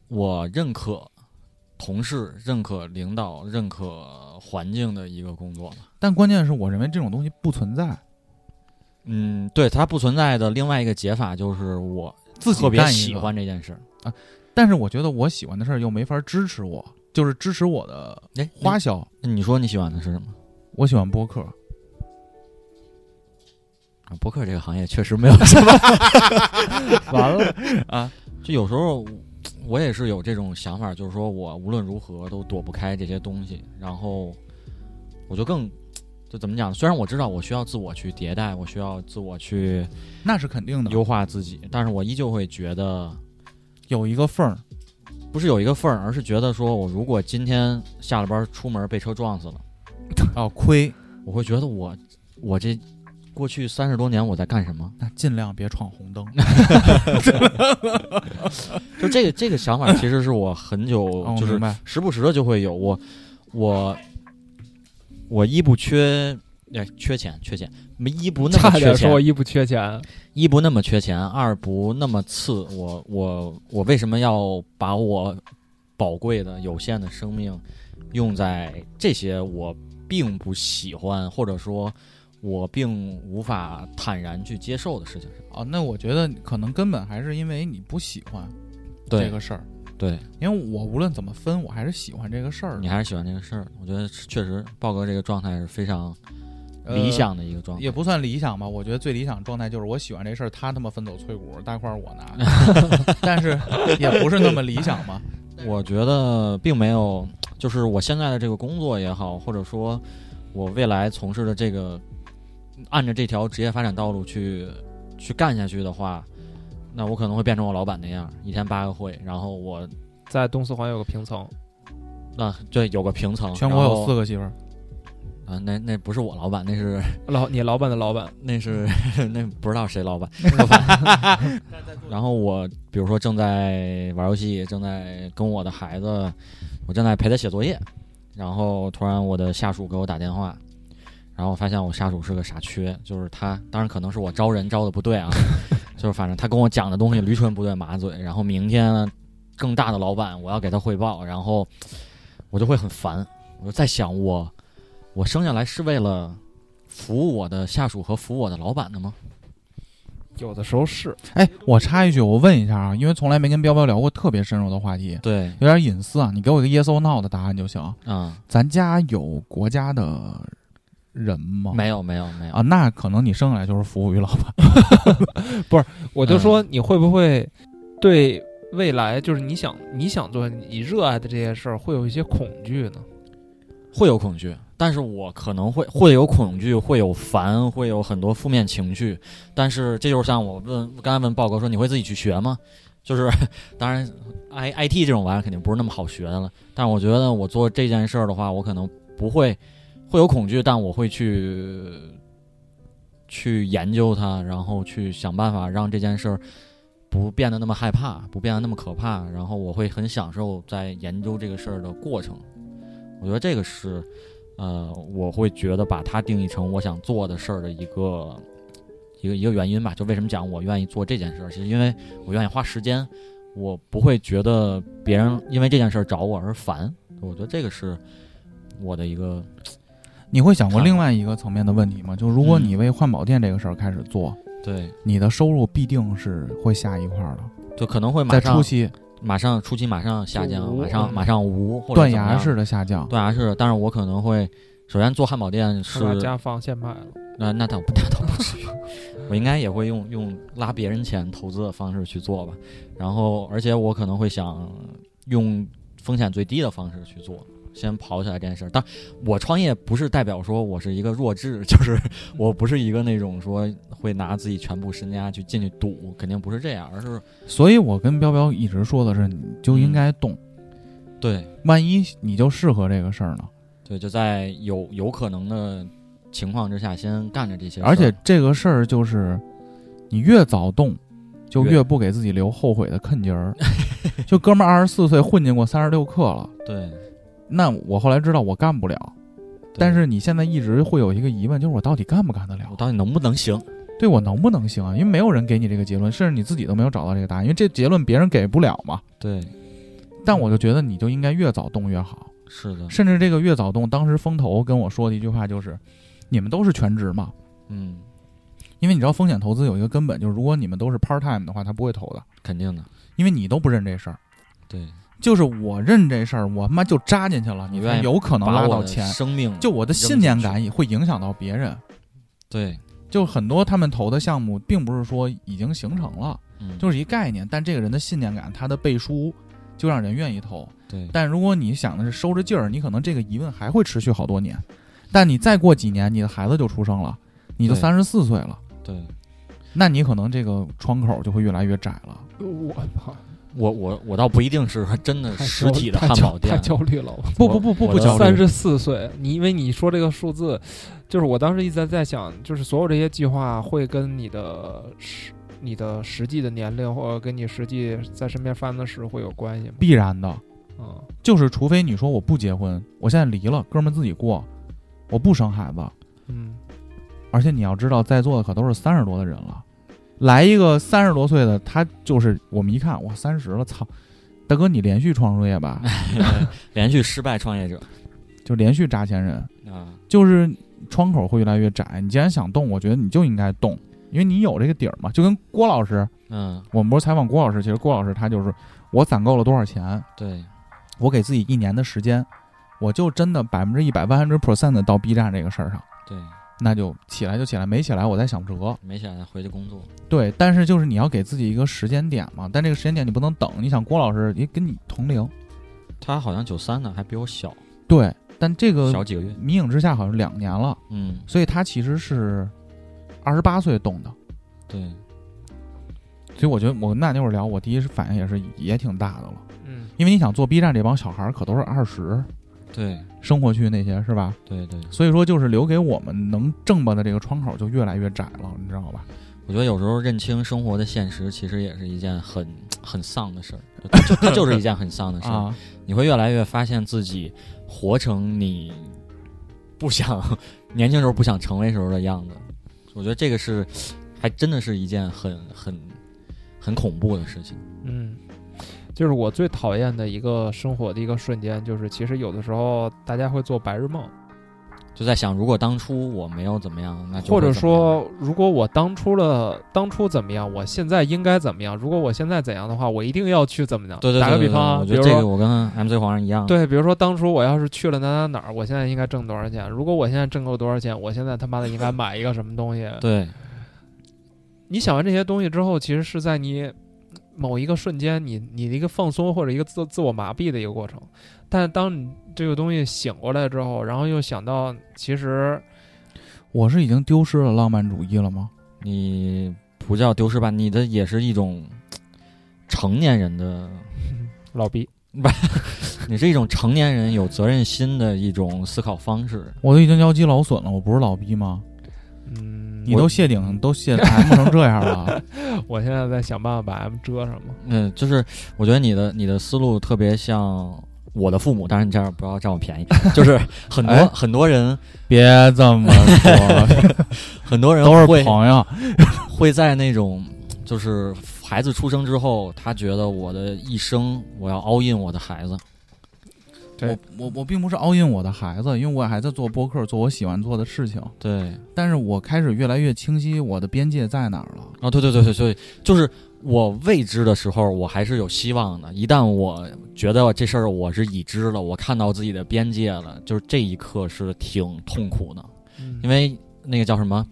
我认可同事、认可领导、认可环境的一个工作嘛。
但关键是我认为这种东西不存在，
嗯，对，它不存在的另外一个解法就是我
自己
特别
干一
喜
个
欢这件事儿。
但是我觉得我喜欢的事儿又没法支持我，就是支持我的
哎，
花销。
那你说你喜欢的是什么？
我喜欢播客，
啊，博客这个行业确实没有什么。
完了，
就有时候我我也是有这种想法，就是说我无论如何都躲不开这些东西，然后我就更就怎么讲？虽然我知道我需要自我去迭代，我需要自我去
那是肯定的，有
优化自己，但是我依旧会觉得
有一个缝 儿，
不是有一个缝儿，而是觉得说我如果今天下了班出门被车撞死了，
哦，亏，
我会觉得我我这过去三十多年我在干什么？
那尽量别闯红灯。
哦就这个这个想法，其实是我很 久
哦，我
就是
明白，
时不时的就会有我，我，我一不缺，哎，缺钱，缺钱，没一不那
差
么缺
点说我
钱，
一不缺钱，
一不那么缺钱，二不那么次，我我我为什么要把我宝贵的有限的生命用在这些我并不喜欢或者说我并无法坦然去接受的事情上？
哦，那我觉得可能根本还是因为你不喜欢
对、
这个事儿，
对，
因为我无论怎么分，我还是喜欢这个事儿
你
的，
还是喜欢这个事儿，我觉得确实豹哥这个状态是非常
呃
理想的一个状态。
也不算理想吧，我觉得最理想状态就是我喜欢这事儿，他他妈分走脆骨，大块儿我拿， 但是也不是那么理想嘛。
我觉得并没有，就是我现在的这个工作也好，或者说我未来从事的这个，按着这条职业发展道路去去干下去的话，那我可能会变成我老板那样，一天八个会，然后我
在东四环有个平层，
那对有个平层，
全国有四个媳妇儿，
个啊，那那不是我老板，那是
老你老板的老 板，
那是 那不知道谁老板，老板。然后我比如说正在玩游戏，正在跟我的孩子，我正在陪他写作业，然后突然我的下属给我打电话，然后我发现我下属是个傻缺，就是他，当然可能是我招人招的不对啊，就是反正他跟我讲的东西驴唇不对马嘴。然后明天更大的老板我要给他汇报，然后我就会很烦，我就在想我我生下来是为了。服务我的下属和服务我的老板的吗？
有的时候是
哎，我插一句，我问一下啊，因为从来没跟彪彪聊过特别深入的话题，
对，
有点隐私啊，你给我一个 yes or no 的答案就行。
啊、
咱家有国家的人吗？
没有没有没有
啊，那可能你生下来就是服务于老板。
我就说你会不会对未来，就是你想你想做你热爱的这些事儿，会有一些恐惧呢？
会有恐惧，但是我可能会会有恐惧，会有烦，会有很多负面情绪。但是这就是像我问刚才问豹哥说，你会自己去学吗？就是 当然，I I T 这种玩意儿肯定不是那么好学的了。但是我觉得我做这件事儿的话，我可能不会会有恐惧，但我会去去研究它，然后去想办法让这件事儿。不变得那么害怕，不变得那么可怕，然后我会很享受在研究这个事儿的过程。我觉得这个是，呃，我会觉得把它定义成我想做的事儿的一个一个一个原因吧。就为什么讲我愿意做这件事儿，是因为我愿意花时间，我不会觉得别人因为这件事儿找我而烦。我觉得这个是我的一个
你会想过
看
另外一个层面的问题吗？就如果
嗯
你为换保店这个事儿开始做，
对，
你的收入必定是会下一块儿的，
就可能会马
在
上
初期
马上初期马上下降，
无
马上马上无或者
断
怎么
崖
样
式的下降。
断崖式，但是我可能会首先做汉堡店是
把家放现卖了，
那那倒不那倒不至于，我应该也会用用拉别人钱投资的方式去做吧。然后，而且我可能会想用风险最低的方式去做，先跑起来这件事儿。但我创业不是代表说我是一个弱智， 就是我不是一个那种说会拿自己全部身家去进去赌，肯定不是这样，而是
所以我跟彪彪一直说的是，你就应该动，
对
万一你就适合这个事儿呢？
对，就在有有可能的情况之下，先干着这些事儿。
而且这个事儿就是，你越早动，就
越
越不给自己留后悔的坑节 儿。就哥们儿二十四岁混进过三十六课了，
对，
那我后来知道我干不了，
对
但是你现在一直会有一个疑问，就是我到底干不干得了
我？到底能不能行？
对我能不能行啊？因为没有人给你这个结论，甚至你自己都没有找到这个答案，因为这结论别人给不了嘛。
对，
但我就觉得你就应该越早动越好，
是的，
甚至这个越早动，当时风投跟我说的一句话就是：“你们都是全职嘛，
嗯，
因为你知道风险投资有一个根本，就是如果你们都是 part time 的话，他不会投的，
肯定的，
因为你都不认这事儿。
对。
就是我认这事儿，我他妈就扎进去了，
你
你
愿
才
意
有可能
把
拉
我
到
的
钱。
生命
就我的信念感也会影响到别人。
对，
就很多他们投的项目，并不是说已经形成了。
嗯，
就是一概念，但这个人的信念感，他的背书就让人愿意投。
对，
但如果你想的是收着劲儿，你可能这个疑问还会持续好多年。但你再过几年，你的孩子就出生了，你就
对
三十四岁了，
对
那你可能这个窗口就会越来越窄了。
我操，
我我我倒不一定是真的
太
实
焦
体的
太
汉
焦
堡店
太，焦虑了，我
不
我
不不不
我
不
的
焦
呃三
虑，
十四岁，你因为你说这个数字，就是我当时一直在在想，就是所有这些计划会跟你的实、你的实际的年龄，或者跟你实际在身边发生的事会有关系吗？
必然的，
嗯，
就是除非你说我不结婚，我现在离了，哥们儿自己过，我不生孩子，
嗯，
而且你要知道，在座的可都是三十多的人了，来一个三十多岁的，他就是我们一看，哇，三十了，操，大哥你连续创业吧，
连续失败创业者
就连续扎钱人，
啊，
就是窗口会越来越窄。你既然想动，我觉得你就应该动，因为你有这个底儿嘛。就跟郭老师，
嗯，
我们不是采访郭老师，其实郭老师他就是我攒够了多少钱，
对，
我给自己一年的时间，我就真的百分之一百 one hundred percent 的到 B 站这个事儿上，
对，
那就起来就起来，没起来我再想辙。
没想到回去工作，
对，但是就是你要给自己一个时间点嘛，但这个时间点你不能等。你想郭老师也跟你同龄，
他好像九三呢，还比我小
对，但这个
小几个月，
迷影之下好像两年了，
嗯，
所以他其实是二十八岁动的。
对，
所以我觉得我跟那那会儿聊，我第一反应也是也挺大的了，
嗯，
因为你想做 B 站这帮小孩儿可都是二十
对，
生活区那些是吧？
对对，
所以说就是留给我们能挣吧的这个窗口就越来越窄了，你知道吧？
我觉得有时候认清生活的现实，其实也是一件很很丧的事儿，就就它就是一件很丧的事儿，
啊，
你会越来越发现自己活成你不想 年轻时候不想成为时候的样子。我觉得这个是，还真的是一件很很很恐怖的事情。
嗯，就是我最讨厌的一个生活的一个瞬间，就是其实有的时候大家会做白日梦，
就在想，如果当初我没有怎么样，那就
或
会
者
怎么样，
说，如果我当初了当初怎么样，我现在应该怎么样？如果我现在怎样的话，我一定要去怎么样？
对对对
打个
对
比方啊，
我
比
觉
如
得
说。
这个我跟 MC 皇上一样。
对，比如说当初我要是去了哪哪哪儿，我现在应该挣多少钱？如果我现在挣够多少钱，我现在他妈的 应该买一个什么东西？
对
你想完这些东西之后，其实是在你某一个瞬间，你你的一个放松或者一个自自我麻痹的一个过程。但是当你这个东西醒过来之后，然后又想到，其实
我是已经丢失了浪漫主义了吗？
你不叫丢失吧，你的也是一种成年人的，
老毕，
你是一种成年人有责任心的一种思考方式。
我都已经腰肌劳损了，我不是老逼吗？
嗯，
你都谢顶都谢 M 成这样了，
我现在在想办法把 M 遮上嘛。
嗯，就是我觉得你的你的思路特别像我的父母，当然你这样不要占我便宜， 就是很多、
哎
很多人
别这么 说，
很多人
都是
会
朋友。
会在那种就是孩子出生之后，他觉得我的一生我要 all in 我的孩子，
对
我我我并不是 all in 我的孩子，因为我还在做播客，做我喜欢做的事情。
对，
但是我开始越来越清晰我的边界在哪儿了。
啊，对对对对，所以就是我未知的时候，我还是有希望的。一旦我觉得这事儿我是已知了，我看到自己的边界了，就是这一刻是挺痛苦的，
嗯
因为那个叫什么？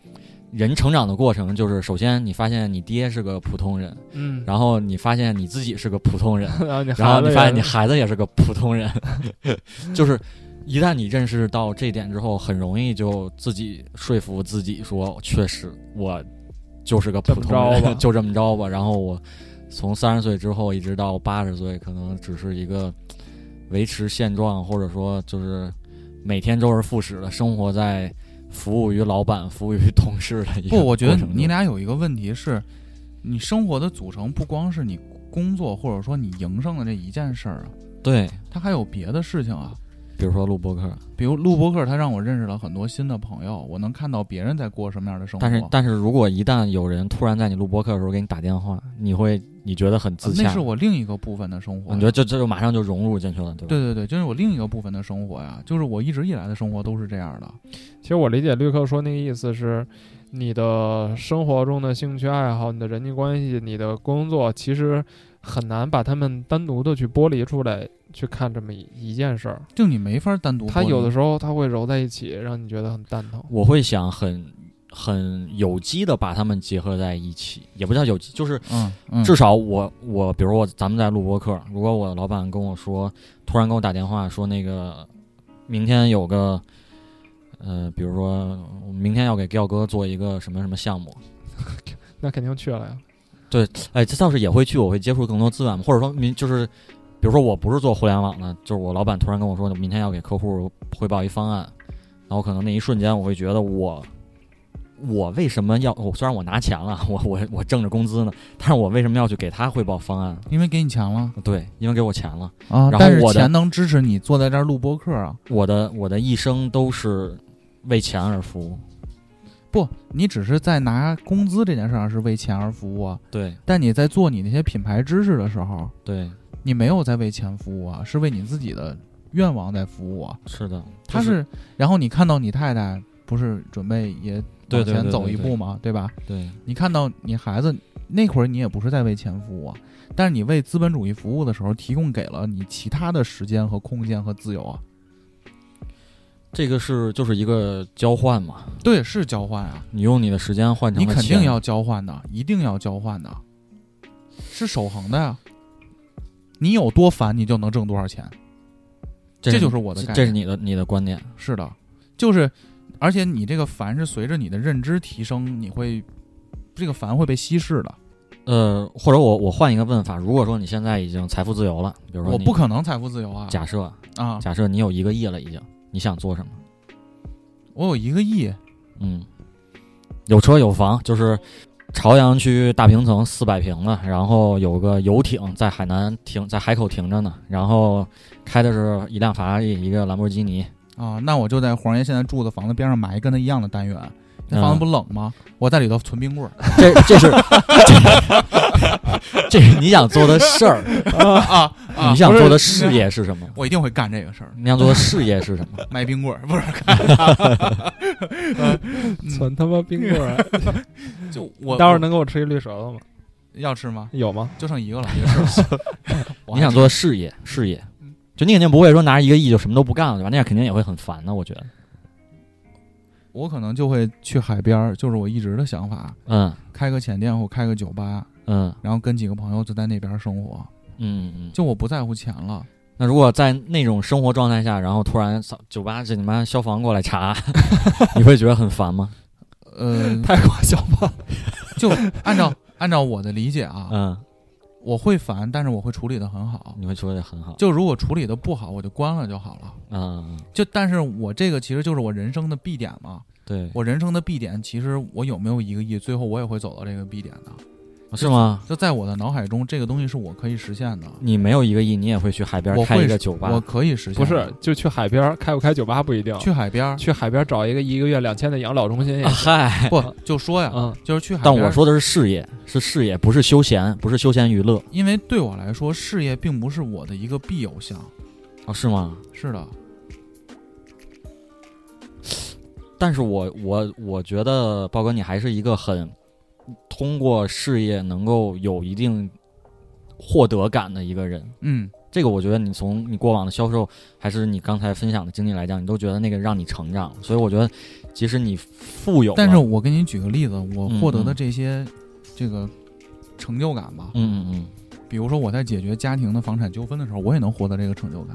人成长的过程就是，首先你发现你爹是个普通人，
嗯，
然后你发现你自己是个普通人，
然后你
然后你
孩子
发现
也
你孩子也是个普通人， 就是一旦你认识到这一点之后，很容易就自己说服自己说，确实我就是个普通
这么着吧
人，就这么着吧。然后我从三十岁之后一直到八十岁，可能只是一个维持现状，或者说就是每天周而复始的生活在服务于老板、服务于同事的一个
不，我觉得
过程中
你俩有一个问题是，你生活的组成不光是你工作或者说你营生的这一件事儿啊，
对，
它还有别的事情啊。
比如说录播客，
比如录播客，它让我认识了很多新的朋友，我能看到别人在过什么样的生活。
但是，但是如果一旦有人突然在你录播客的时候给你打电话，你会你觉得很自
呃
洽，
那是我另一个部分的生活呀。
你觉得这这就马上就融入进去了，对吧？
对对对，就是我另一个部分的生活呀，就是我一直以来的生活都是这样的。
其实我理解绿客说那个意思是，你的生活中的兴趣爱好、你的人际关系、你的工作，其实很难把他们单独的去剥离出来去看这么一一件事儿。
就你没法单独剥
它
离。
有的时候它会揉在一起，让你觉得很蛋疼。
我会想很很有机的把它们结合在一起，也不叫有机，就是
嗯嗯，
至少我我比如我咱们在录播客，如果我老板跟我说，突然给我打电话说那个明天有个呃，比如说我明天要给耀哥做一个什么什么项目，
那肯定去了 呀。
哎，这倒是也会去，我会接触更多资源嘛，或者说明就是，比如说我不是做互联网的，就是我老板突然跟我说，明天要给客户汇报一方案，然后可能那一瞬间我会觉得我。我为什么要？我虽然我拿钱了，我我我挣着工资呢，但是我为什么要去给他汇报方案？
因为给你钱了
对，因为给我钱了。
啊
然，后
但是
我的
钱能支持你坐在这儿录播客啊。
我的我的一生都是为钱而服务。
不，你只是在拿工资这件事上是为钱而服务啊，
对
但你在做你那些品牌知识的时候，
对，
你没有在为钱服务啊，是为你自己的愿望在服务啊。
是的，
他，
就是
然后你看到你太太不是准备也
对
往
对
前
对
走
对
一
对
步嘛，对吧？
对
你看到你孩子那会儿，你也不是在为钱服务啊，但是你为资本主义服务的时候，提供给了你其他的时间和空间和自由啊。
这个是就是一个交换嘛，
对，是交换啊，
你用你的时间换成
你
了
肯
钱
定要交换的，一定要交换的，是守恒的呀。你有多烦，你就能挣多少钱。
这
这就是是我的
这
概
这
念
是你的你的观点，
是的，就是，而且你这个烦是随着你的认知提升，你会这个烦会被稀释的。
呃，或者我我换一个问法，如果说你现在已经财富自由了，比如说
我
你
不可能财富自由啊
假设
啊！
假设你有一个亿了已经，你想做什么？
我有一个亿，
嗯，有车有房，就是朝阳区大平层四百平的，然后有个游艇在海南停，在海口停着呢，然后开的是一辆法拉利，一个兰博基尼。
啊，那我就在黄爷现在住的房子边上买一跟他一样的单元。那
嗯
房子不冷吗？我在里头存冰棍儿
这这是这这是你想做的事儿，
啊啊！
你想
不是
做的事，业是什么？
我一定会干这个事儿，
你想做的事业是什么？
卖冰棍儿不是？
存他妈冰棍儿，
就我
待会儿能给嗯 我吃一绿舌头吗？
要吃吗？
有吗？
就剩一个了，一个 事儿。我
你
还
想
真
做事业，事业，
嗯
就你肯定不会说拿一个亿就什么都不干了，对吧？那样肯定也会很烦的，我觉得。
我可能就会去海边儿，就是我一直的想法，
嗯
开个浅店或开个酒吧，
嗯
然后跟几个朋友就在那边儿生活。
嗯嗯。
就我不在乎钱了，
那如果在那种生活状态下，然后突然扫酒吧这你妈消防过来 查，你会觉得很烦吗？
呃，
泰国小胖，
就按照按照我的理解啊，
嗯，
我会烦，但是我会处理的很好。
你会觉得很好。
就如果处理的不好，我就关了就好了。
嗯，
就但是我这个其实就是我人生的必点嘛，
对，
我人生的 B 点，其实我有没有一个亿，最后我也会走到这个 B 点的。
是吗？
就在我的脑海中，这个东西是我可以实现的，
你没有一个亿，你也会去海边
我
开
会
一个酒吧啊
我？可以实现。
不是，就去海边儿开不开酒吧不一 定，
去海边儿，
去海边儿找一个一个月两千的养老中心也
啊嗨，
不就说呀，
嗯
就是去海
但
边儿。
我说的是事业，是事业，不是休闲，不是休闲娱乐
因为对我来说，事业并不是我的一个必有项。
啊，是吗？
是的，
但是我我我觉得豹哥你还是一个很通过事业能够有一定获得感的一个人。
嗯，
这个我觉得你从你过往的销售，还是你刚才分享的经历来讲，你都觉得那个让你成长了。所以我觉得，即使你富有了，
但是我给你举个例子，我获得
嗯
的
嗯
这些这个成就感吧，
嗯嗯
比如说我在解决家庭的房产纠纷的时候，我也能获得这个成就感；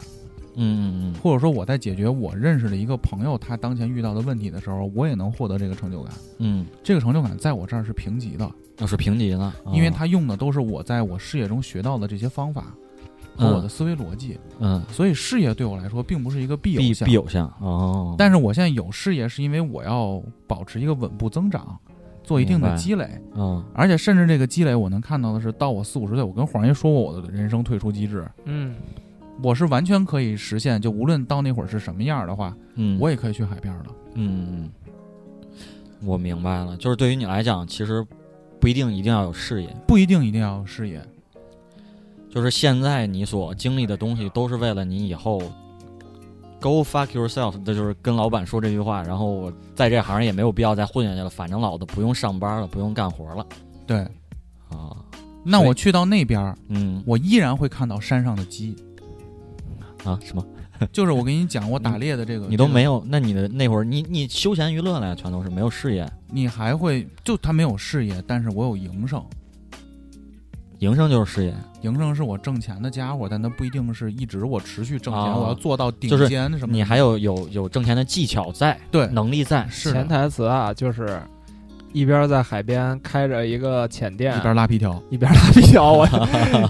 嗯嗯嗯嗯，
或者说我在解决我认识的一个朋友他当前遇到的问题的时候，我也能获得这个成就感。
嗯，
这个成就感在我这儿是平级的，
要是评级呢？
因为
哦
他用的都是我在我事业中学到的这些方法和我的思维逻辑，
嗯
所以事业对我来说并不是一个必有
必
项。
必有项哦，
但是我现在有事业，是因为我要保持一个稳步增长，做一定
明
的
白
积累，
嗯
而且甚至这个积累，我能看到的是，到我四五十岁，我跟黄爷说过我的人生退出机制，
嗯，
我是完全可以实现，就无论到那会儿是什么样的话，
嗯，
我也可以去海边的。
嗯，我明白了，就是对于你来讲，其实不一定一定要有事业，
不一定一定要有事业，
就是现在你所经历的东西，都是为了你以后 go fuck yourself。这就是跟老板说这句话，然后我在这行也没有必要再混下去了，反正老子不用上班了，不用干活了
对。
啊。
那
所以
我去到那边儿，
嗯
我依然会看到山上的 鸡。
啊，什么？
就是我跟你讲，我打猎的这个，
你都
呃这个
没，有？那你的那会儿，你你休闲娱乐了呀，全都是没有事业，
你还会就他没有事业，但是我有营生，
营生就是事业。
营生是我挣钱的家伙，但它不一定是一直我持续挣钱，
啊
我要做到顶
就是
尖什么的。
你还有有有挣钱的技巧在，
对
能力在，
是的
潜台词啊，就是一边在海边开着一个浅店
一，边拉皮条，
一边拉皮条， 我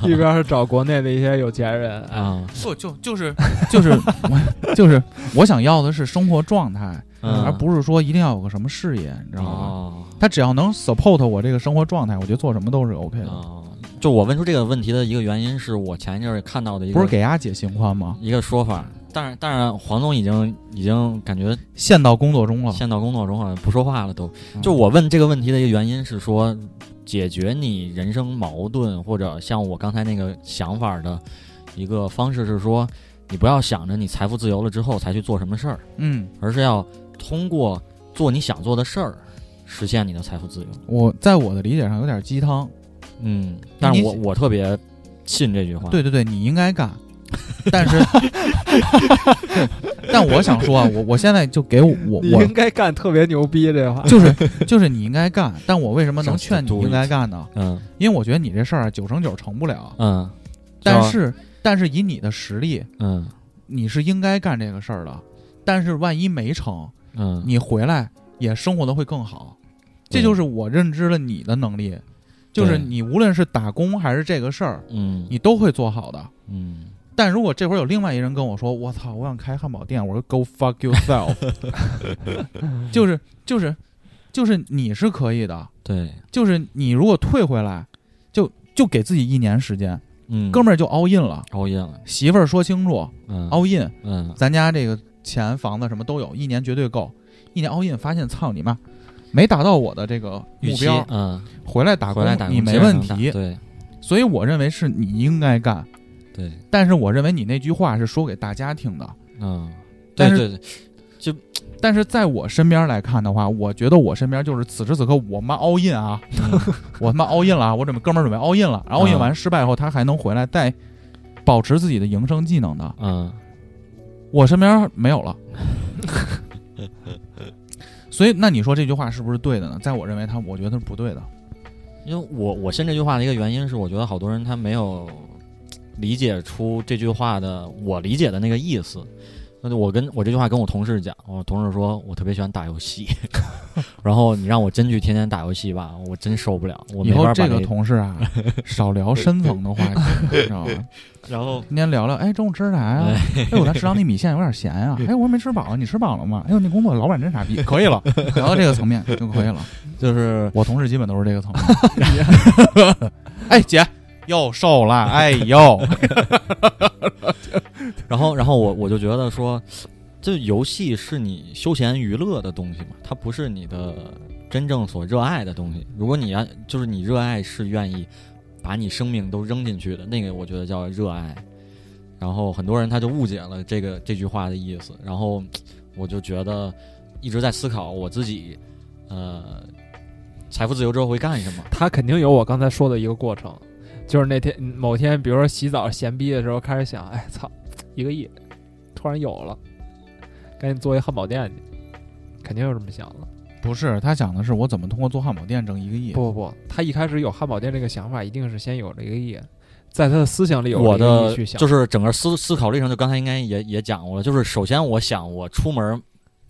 一边是找国内的一些有钱人啊，
啊，
不就就是就是 我就是我想要的是生活状态，
嗯
而不是说一定要有个什么事业，你知道吗？
哦
他只要能 support 我这个生活状态，我觉得做什么都是 OK 的。
哦，就我问出这个问题的一个原因，是我前一阵儿看到的一个
不是给丫解心宽吗？
一个说法。
嗯
当然，当然，黄总已经已经感觉
陷到工作中了，
陷到工作中好像不说话了都。
嗯
就我问这个问题的一个原因是说，解决你人生矛盾或者像我刚才那个想法的一个方式是说，你不要想着你财富自由了之后才去做什么事儿，
嗯，
而是要通过做你想做的事儿，实现你的财富自由。
我在我的理解上有点鸡汤。
嗯，但是
你
我我特别信这句话。
对对对，你应该干，但是， 对但我想说啊，我我现在就给我我
你
我
应该干特别牛逼这话，
就是就是你应该干，但我为什么能
Just
劝你
do it
应该干呢？
嗯
因为我觉得你这事儿啊九成九成不了，
嗯
但是但是以你的实力，
嗯
你是应该干这个事儿的。但是万一没成，
嗯，
你回来也生活的会更好，这就是我认知了你的能力，就是
对
你无论是打工还是这个事儿，
嗯
你都会做好的。
嗯
但如果这会儿有另外一人跟我说：“我操，我想开汉堡店。”我说：“Go fuck yourself。”就是就是就是你是可以的，
对，
就是你如果退回来，就就给自己一年时间，
嗯，
哥们儿就 all in 了。
熬夜了，
媳妇儿说清楚
嗯
，all in，
嗯
咱家这个钱、房子什么都有，一年绝对够。一年 all in，发现操你妈，没达到我的这个
预
目
期
标，
嗯，
回来打
回
工
来打工
你没
接着
问
能打
题。
对
所以我认为是你应该干，
对，
但是我认为你那句话是说给大家听的。
嗯，对
但是
对对，
但是在我身边来看的话，我觉得我身边就是此时此刻我妈 all in 啊，我他妈 all in 了啊，我准备哥们儿准备 all in 了，all in
嗯
完失败后，他还能回来再保持自己的营生技能的，
嗯
我身边没有了。所以，那你说这句话是不是对的呢？在我认为他，我觉得他是不对的。
因为我我信这句话的一个原因是，我觉得好多人他没有理解出这句话的我理解的那个意思。那就我跟我这句话跟我同事讲，我同事说我特别喜欢打游戏， 然后你让我真去天天打游戏吧，我真受不了，我
以
没
后
法
这
把
个
那
同事 啊，少聊深层的话题，你知道吗？
然后
今天聊聊，哎，中午吃啥呀？哎，我咱食堂那米线有点咸啊。哎，我还没吃饱，你吃饱了吗？哎呦，那工作老板真傻逼。可以了，聊到这个层面就可以了。
就是
我同事基本都是这个层面。 哎，姐又瘦了，哎呦，
然后，然后我我就觉得说，这游戏是你休闲娱乐的东西嘛，它不是你的真正所热爱的东西。如果你要就是你热爱是愿意把你生命都扔进去的，那个我觉得叫热爱。然后很多人他就误解了这个这句话的意思，然后我就觉得一直在思考我自己，呃，财富自由之后会干什么。
他肯定有我刚才说的一个过程，就是那天某天，比如说洗澡闲逼的时候，开始想，哎操，一个亿突然有了，赶紧做一汉堡店去，肯定有这么想的。
不是，他想的是我怎么通过做汉堡店挣一个亿。
不不不，他一开始有汉堡店这个想法，一定是先有了一个亿，在他的思想里有
我
了一个亿
的
去想，
就是是整个思思考历程，就刚才应该也也讲过了，就是首先我想我出门，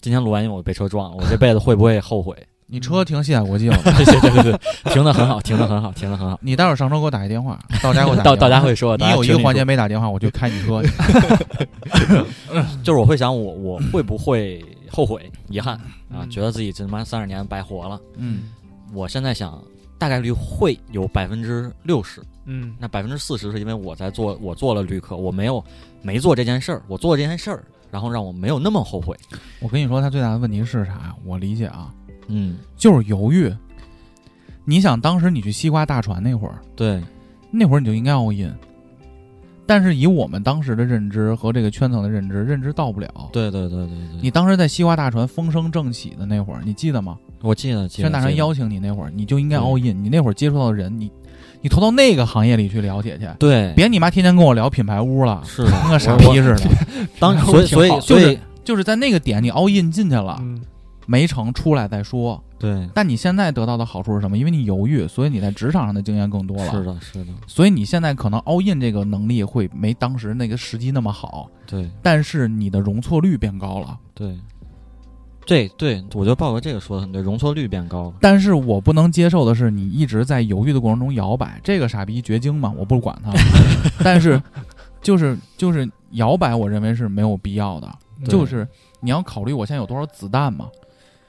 今天录完音我被车撞了，我这辈子会不会 后悔？
你车停西海国际了，
对对对对对，停的很好，停的很好，停的很好。
你待会儿上车给我打一电话，到家给我打一电话
到到家会说，
你
大家
有一
群
个
里
环节
说，
没打电话，我就开你车去。
就是我会想我我会不会后悔、遗憾啊？
嗯
觉得自己这他妈三十年白活了。
嗯，
我现在想，大概率会有百分之六十，
嗯
那百分之四十是因为我在做，我做了旅客，我没有没做这件事儿，我做了这件事儿，然后让我没有那么后悔。
我跟你说，他最大的问题是啥？我理解啊，
嗯，
就是犹豫。你想，当时你去西瓜大船那会儿，
对，
那会儿你就应该 all in，但是以我们当时的认知和这个圈层的认知，认知到不了。
对对对对对。
你当时在西瓜大船风生正起的那会儿，你记得吗？
我记得，记
宣
得
大神
记得
邀请你那会儿，你就应该
对
all in。你那会儿接触到的人，你你投到那个行业里去了解去，
对，
别你妈天天跟我聊品牌屋了，
是的
跟个傻
我
逼似的。
当
然后
所以
挺
所以
好
所
就
以
是就是在那个点你 all in 进去了，
嗯，
没成出来再说。
对，
但你现在得到的好处是什么？因为你犹豫，所以你在职场上的经验更多了。
是的，是的，
所以你现在可能 all in 这个能力会没当时那个时机那么好，
对
但是你的容错率变高了。
对。对对，我觉得豹哥这个说的很对，容错率变高了。
但是我不能接受的是，你一直在犹豫的过程中摇摆，这个傻逼绝经嘛，我不管 他。但是，就是就是摇摆，我认为是没有必要的。
对
就是你要考虑我现在有多少子弹嘛。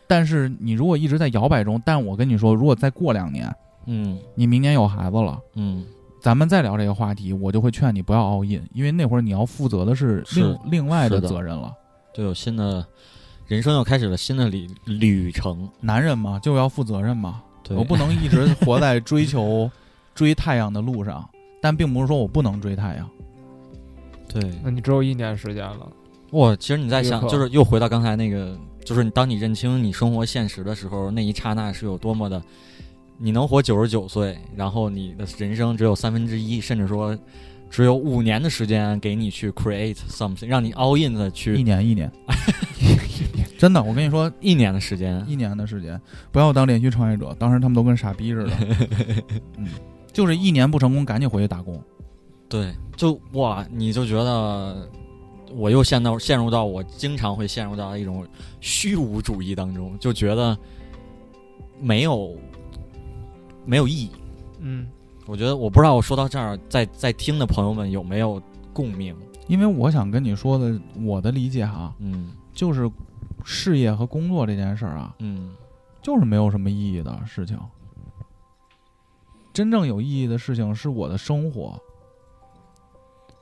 但是你如果一直在摇摆中，但我跟你说，如果再过两年，
嗯
你明年有孩子了，
嗯，
咱们再聊这个话题，我就会劝你不要 all in，因为那会儿你要负责的是
是
另另外的
是的
责任了。
就有新的人生又开始了新的旅旅程。
男人嘛，就要负责任嘛，
对，
我不能一直活在追求追太阳的路上，但并不是说我不能追太阳。
对，
那你只有一年时间了，
我其实你在
旅
想，
客
就是又回到刚才那个，就是你当你认清你生活现实的时候，那一刹那是有多么的，你能活九十九岁，然后你的人生只有三分之一，甚至说只有五年的时间给你去 create something，让你 all in 的
一
去
年一年，真的，我跟你说，
一年的时间。
一年的时间，不要当连续创业者，当时他们都跟傻逼似的。嗯，就是一年不成功，赶紧回去打工。
对，就哇，你就觉得我又陷到陷入到我经常会陷入到一种虚无主义当中，就觉得没有没有意义。
嗯，？
我觉得我不知道我说到这儿，在在听的朋友们有没有共鸣？
因为我想跟你说的，我的理解哈、
嗯
就是事业和工作这件事儿啊，
嗯，
就是没有什么意义的事情。真正有意义的事情是我的生活，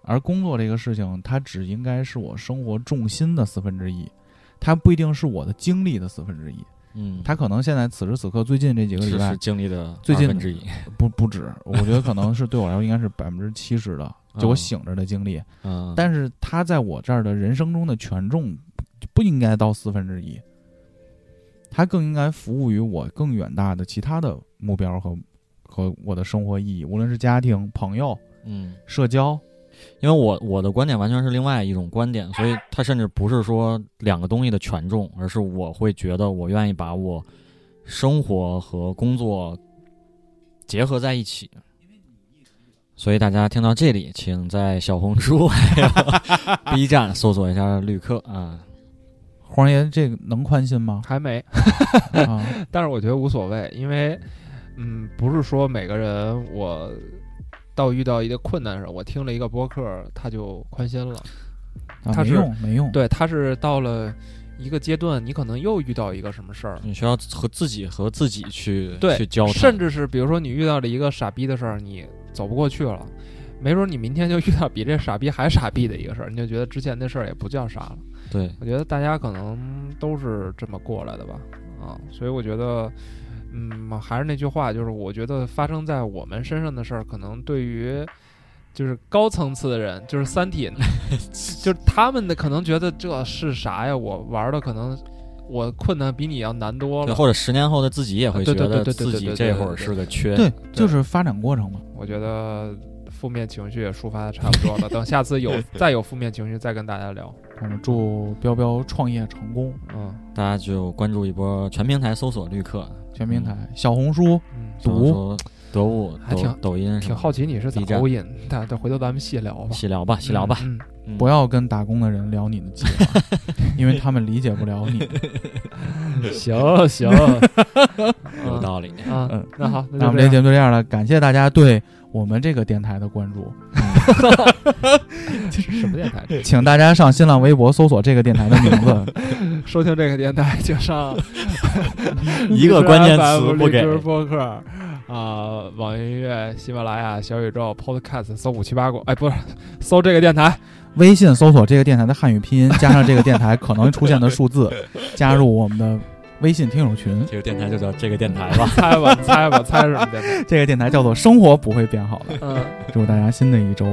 而工作这个事情，它只应该是我生活重心的四分之一，它不一定是我的精力的四分之一。
嗯，
它可能现在此时此刻最近这几个礼
是
拜
是经历的
最近
二分之一，
不不止，我觉得可能是对我来说应该是百分之七十的，就我醒着的精力。
嗯，
但是它在我这儿的人生中的权重不不应该到四分之一，它更应该服务于我更远大的其他的目标和和我的生活意义，无论是家庭、朋友、
嗯，
社交。
因为我我的观点完全是另外一种观点，所以它甚至不是说两个东西的权重，而是我会觉得我愿意把我生活和工作结合在一起。所以大家听到这里， 请在小红书还有 B 站搜索一下“绿客”啊，
黄爷这个能宽心吗
还没，
啊，
但是我觉得无所谓，因为，嗯，不是说每个人我到遇到一个困难时，我听了一个播客他就宽心了。
啊
他
没
是
用没用，
对，他是到了一个阶段，你可能又遇到一个什么事儿，
你需要和自己和自己去
对
去交谈，
甚至是比如说你遇到了一个傻逼的事儿，你走不过去了，没准你明天就遇到比这傻逼还傻逼的一个事儿，你就觉得之前那事儿也不叫啥了。
对
我觉得大家可能都是这么过来的吧，啊，所以我觉得，嗯，还是那句话，就是我觉得发生在我们身上的事儿，可能对于就是高层次的人，就是 三体，就是他们的可能觉得这是啥呀？我玩的可能我困难比你要难多
对，
了。
或者十年后的自己也会觉
对对
得
对对对
自己
对对
这
对
会儿
对
是个缺，
对，就是发展过程嘛。
我觉得负面情绪也抒发的差不多了，等下次有 再有负面情绪再跟大家聊。
我们祝彪彪创业成功，
嗯
大家就关注一波全平台搜索绿客，
全平台、小红书
嗯，
比方
读
说得物、
还
抖
挺
抖音什么
挺好奇你是咋
B 站
勾引的，但回头咱们细聊吧
的，。细聊吧，细聊吧，
嗯。嗯
嗯
不要跟打工的人聊你的计划，因为他们理解不了你。
行 行，
有道理。
啊
嗯，
那好，
那
那
我们
就这
这
样
节目就这样了，感谢大家对我们这个电台的关注，
什 么电台？
请大家上新浪微博搜索这个电台的名字。
收听这个电台，请上
一个关 键词不
嗯不
给
播客啊，网易音乐、喜马拉雅、小宇宙、Podcast 搜五七八股，哎，不是搜这个电台，，
微信搜索这个电台的汉语拼音，加上这个电台可能出现的数字，加入我们的微信听友群。
这个电台就叫这个电台吧
猜吧猜吧猜是什么电台？
这个电台叫做“生活不会变好的
嗯，”。
祝大家新的一周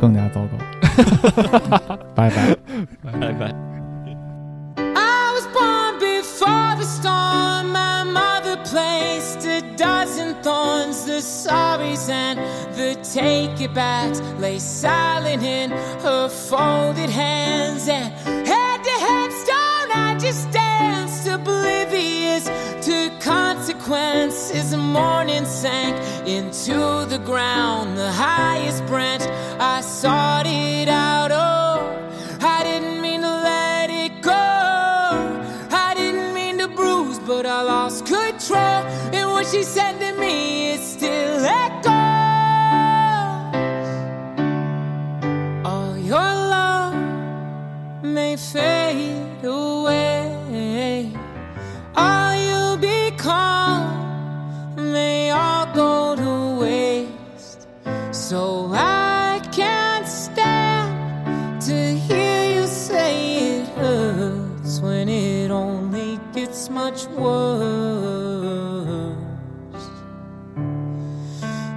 更加糟糕， 拜拜。
拜拜。
I was born before the storm. My mother placed a dozen thorns. The sorries and the take it backs lay silent in her folded hands. And head to headstone, I just danced oblivious to consequences. The morning sank into the ground. The highest branch I sought it out. Oh, I didn't mean to let it go. I didn't mean to bruise, but I lost control. And what she said to me is still echoes. All your love may fade away. All you become may all go to waste. So I can't stand to hear you say it hurts when it only gets much worse.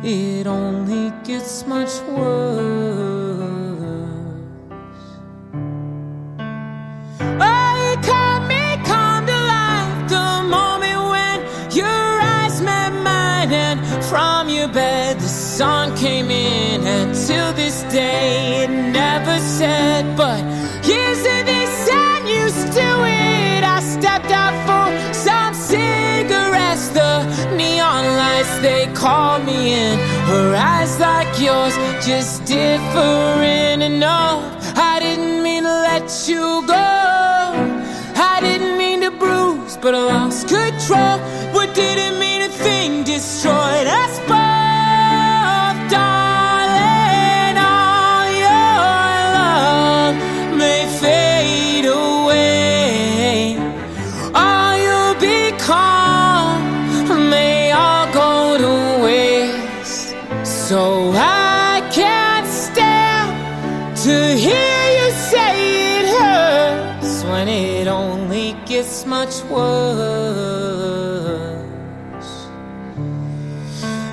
It only gets much worse. Oh, you caught me come to life the moment when your eyes met mine, and from your bed the sun came in. And till this day, it never said, but years of this and used to it. I stepped out for some cigarettes, the neon lights they called me in. Her eyes like yours, just different enough. I didn't mean to let you go. I didn't mean to bruise, but I lost control. What didn't mean a thing destroyed us both, darling. All your love may fade away. All you become may all go to waste. So I can't stand to hear you say it hurts when it only gets much worse.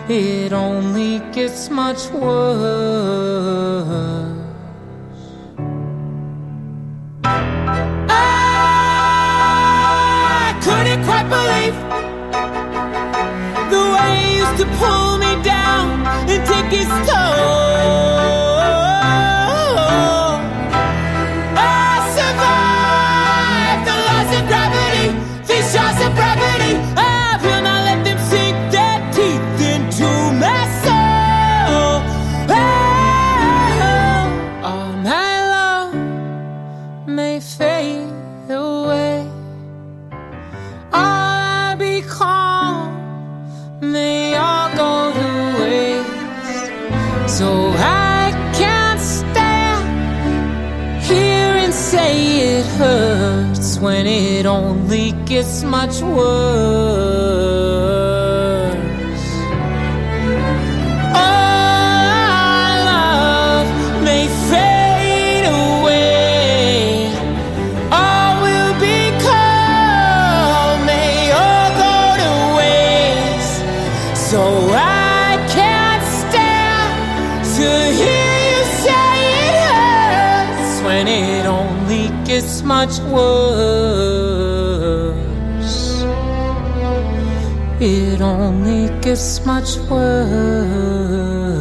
It only gets much worse. I couldn't quite believe the way it used to pull me down and take its toll. I survived the laws of gravity, these shots of gravity. I will not let them sink their teeth into my soul. Oh, hear and say it hurts when it only gets much worse. All our love may fade away. All will become, may all go to waste. So I can't stand to hear you say it hurts when it only gets much worse. It only gets much worse.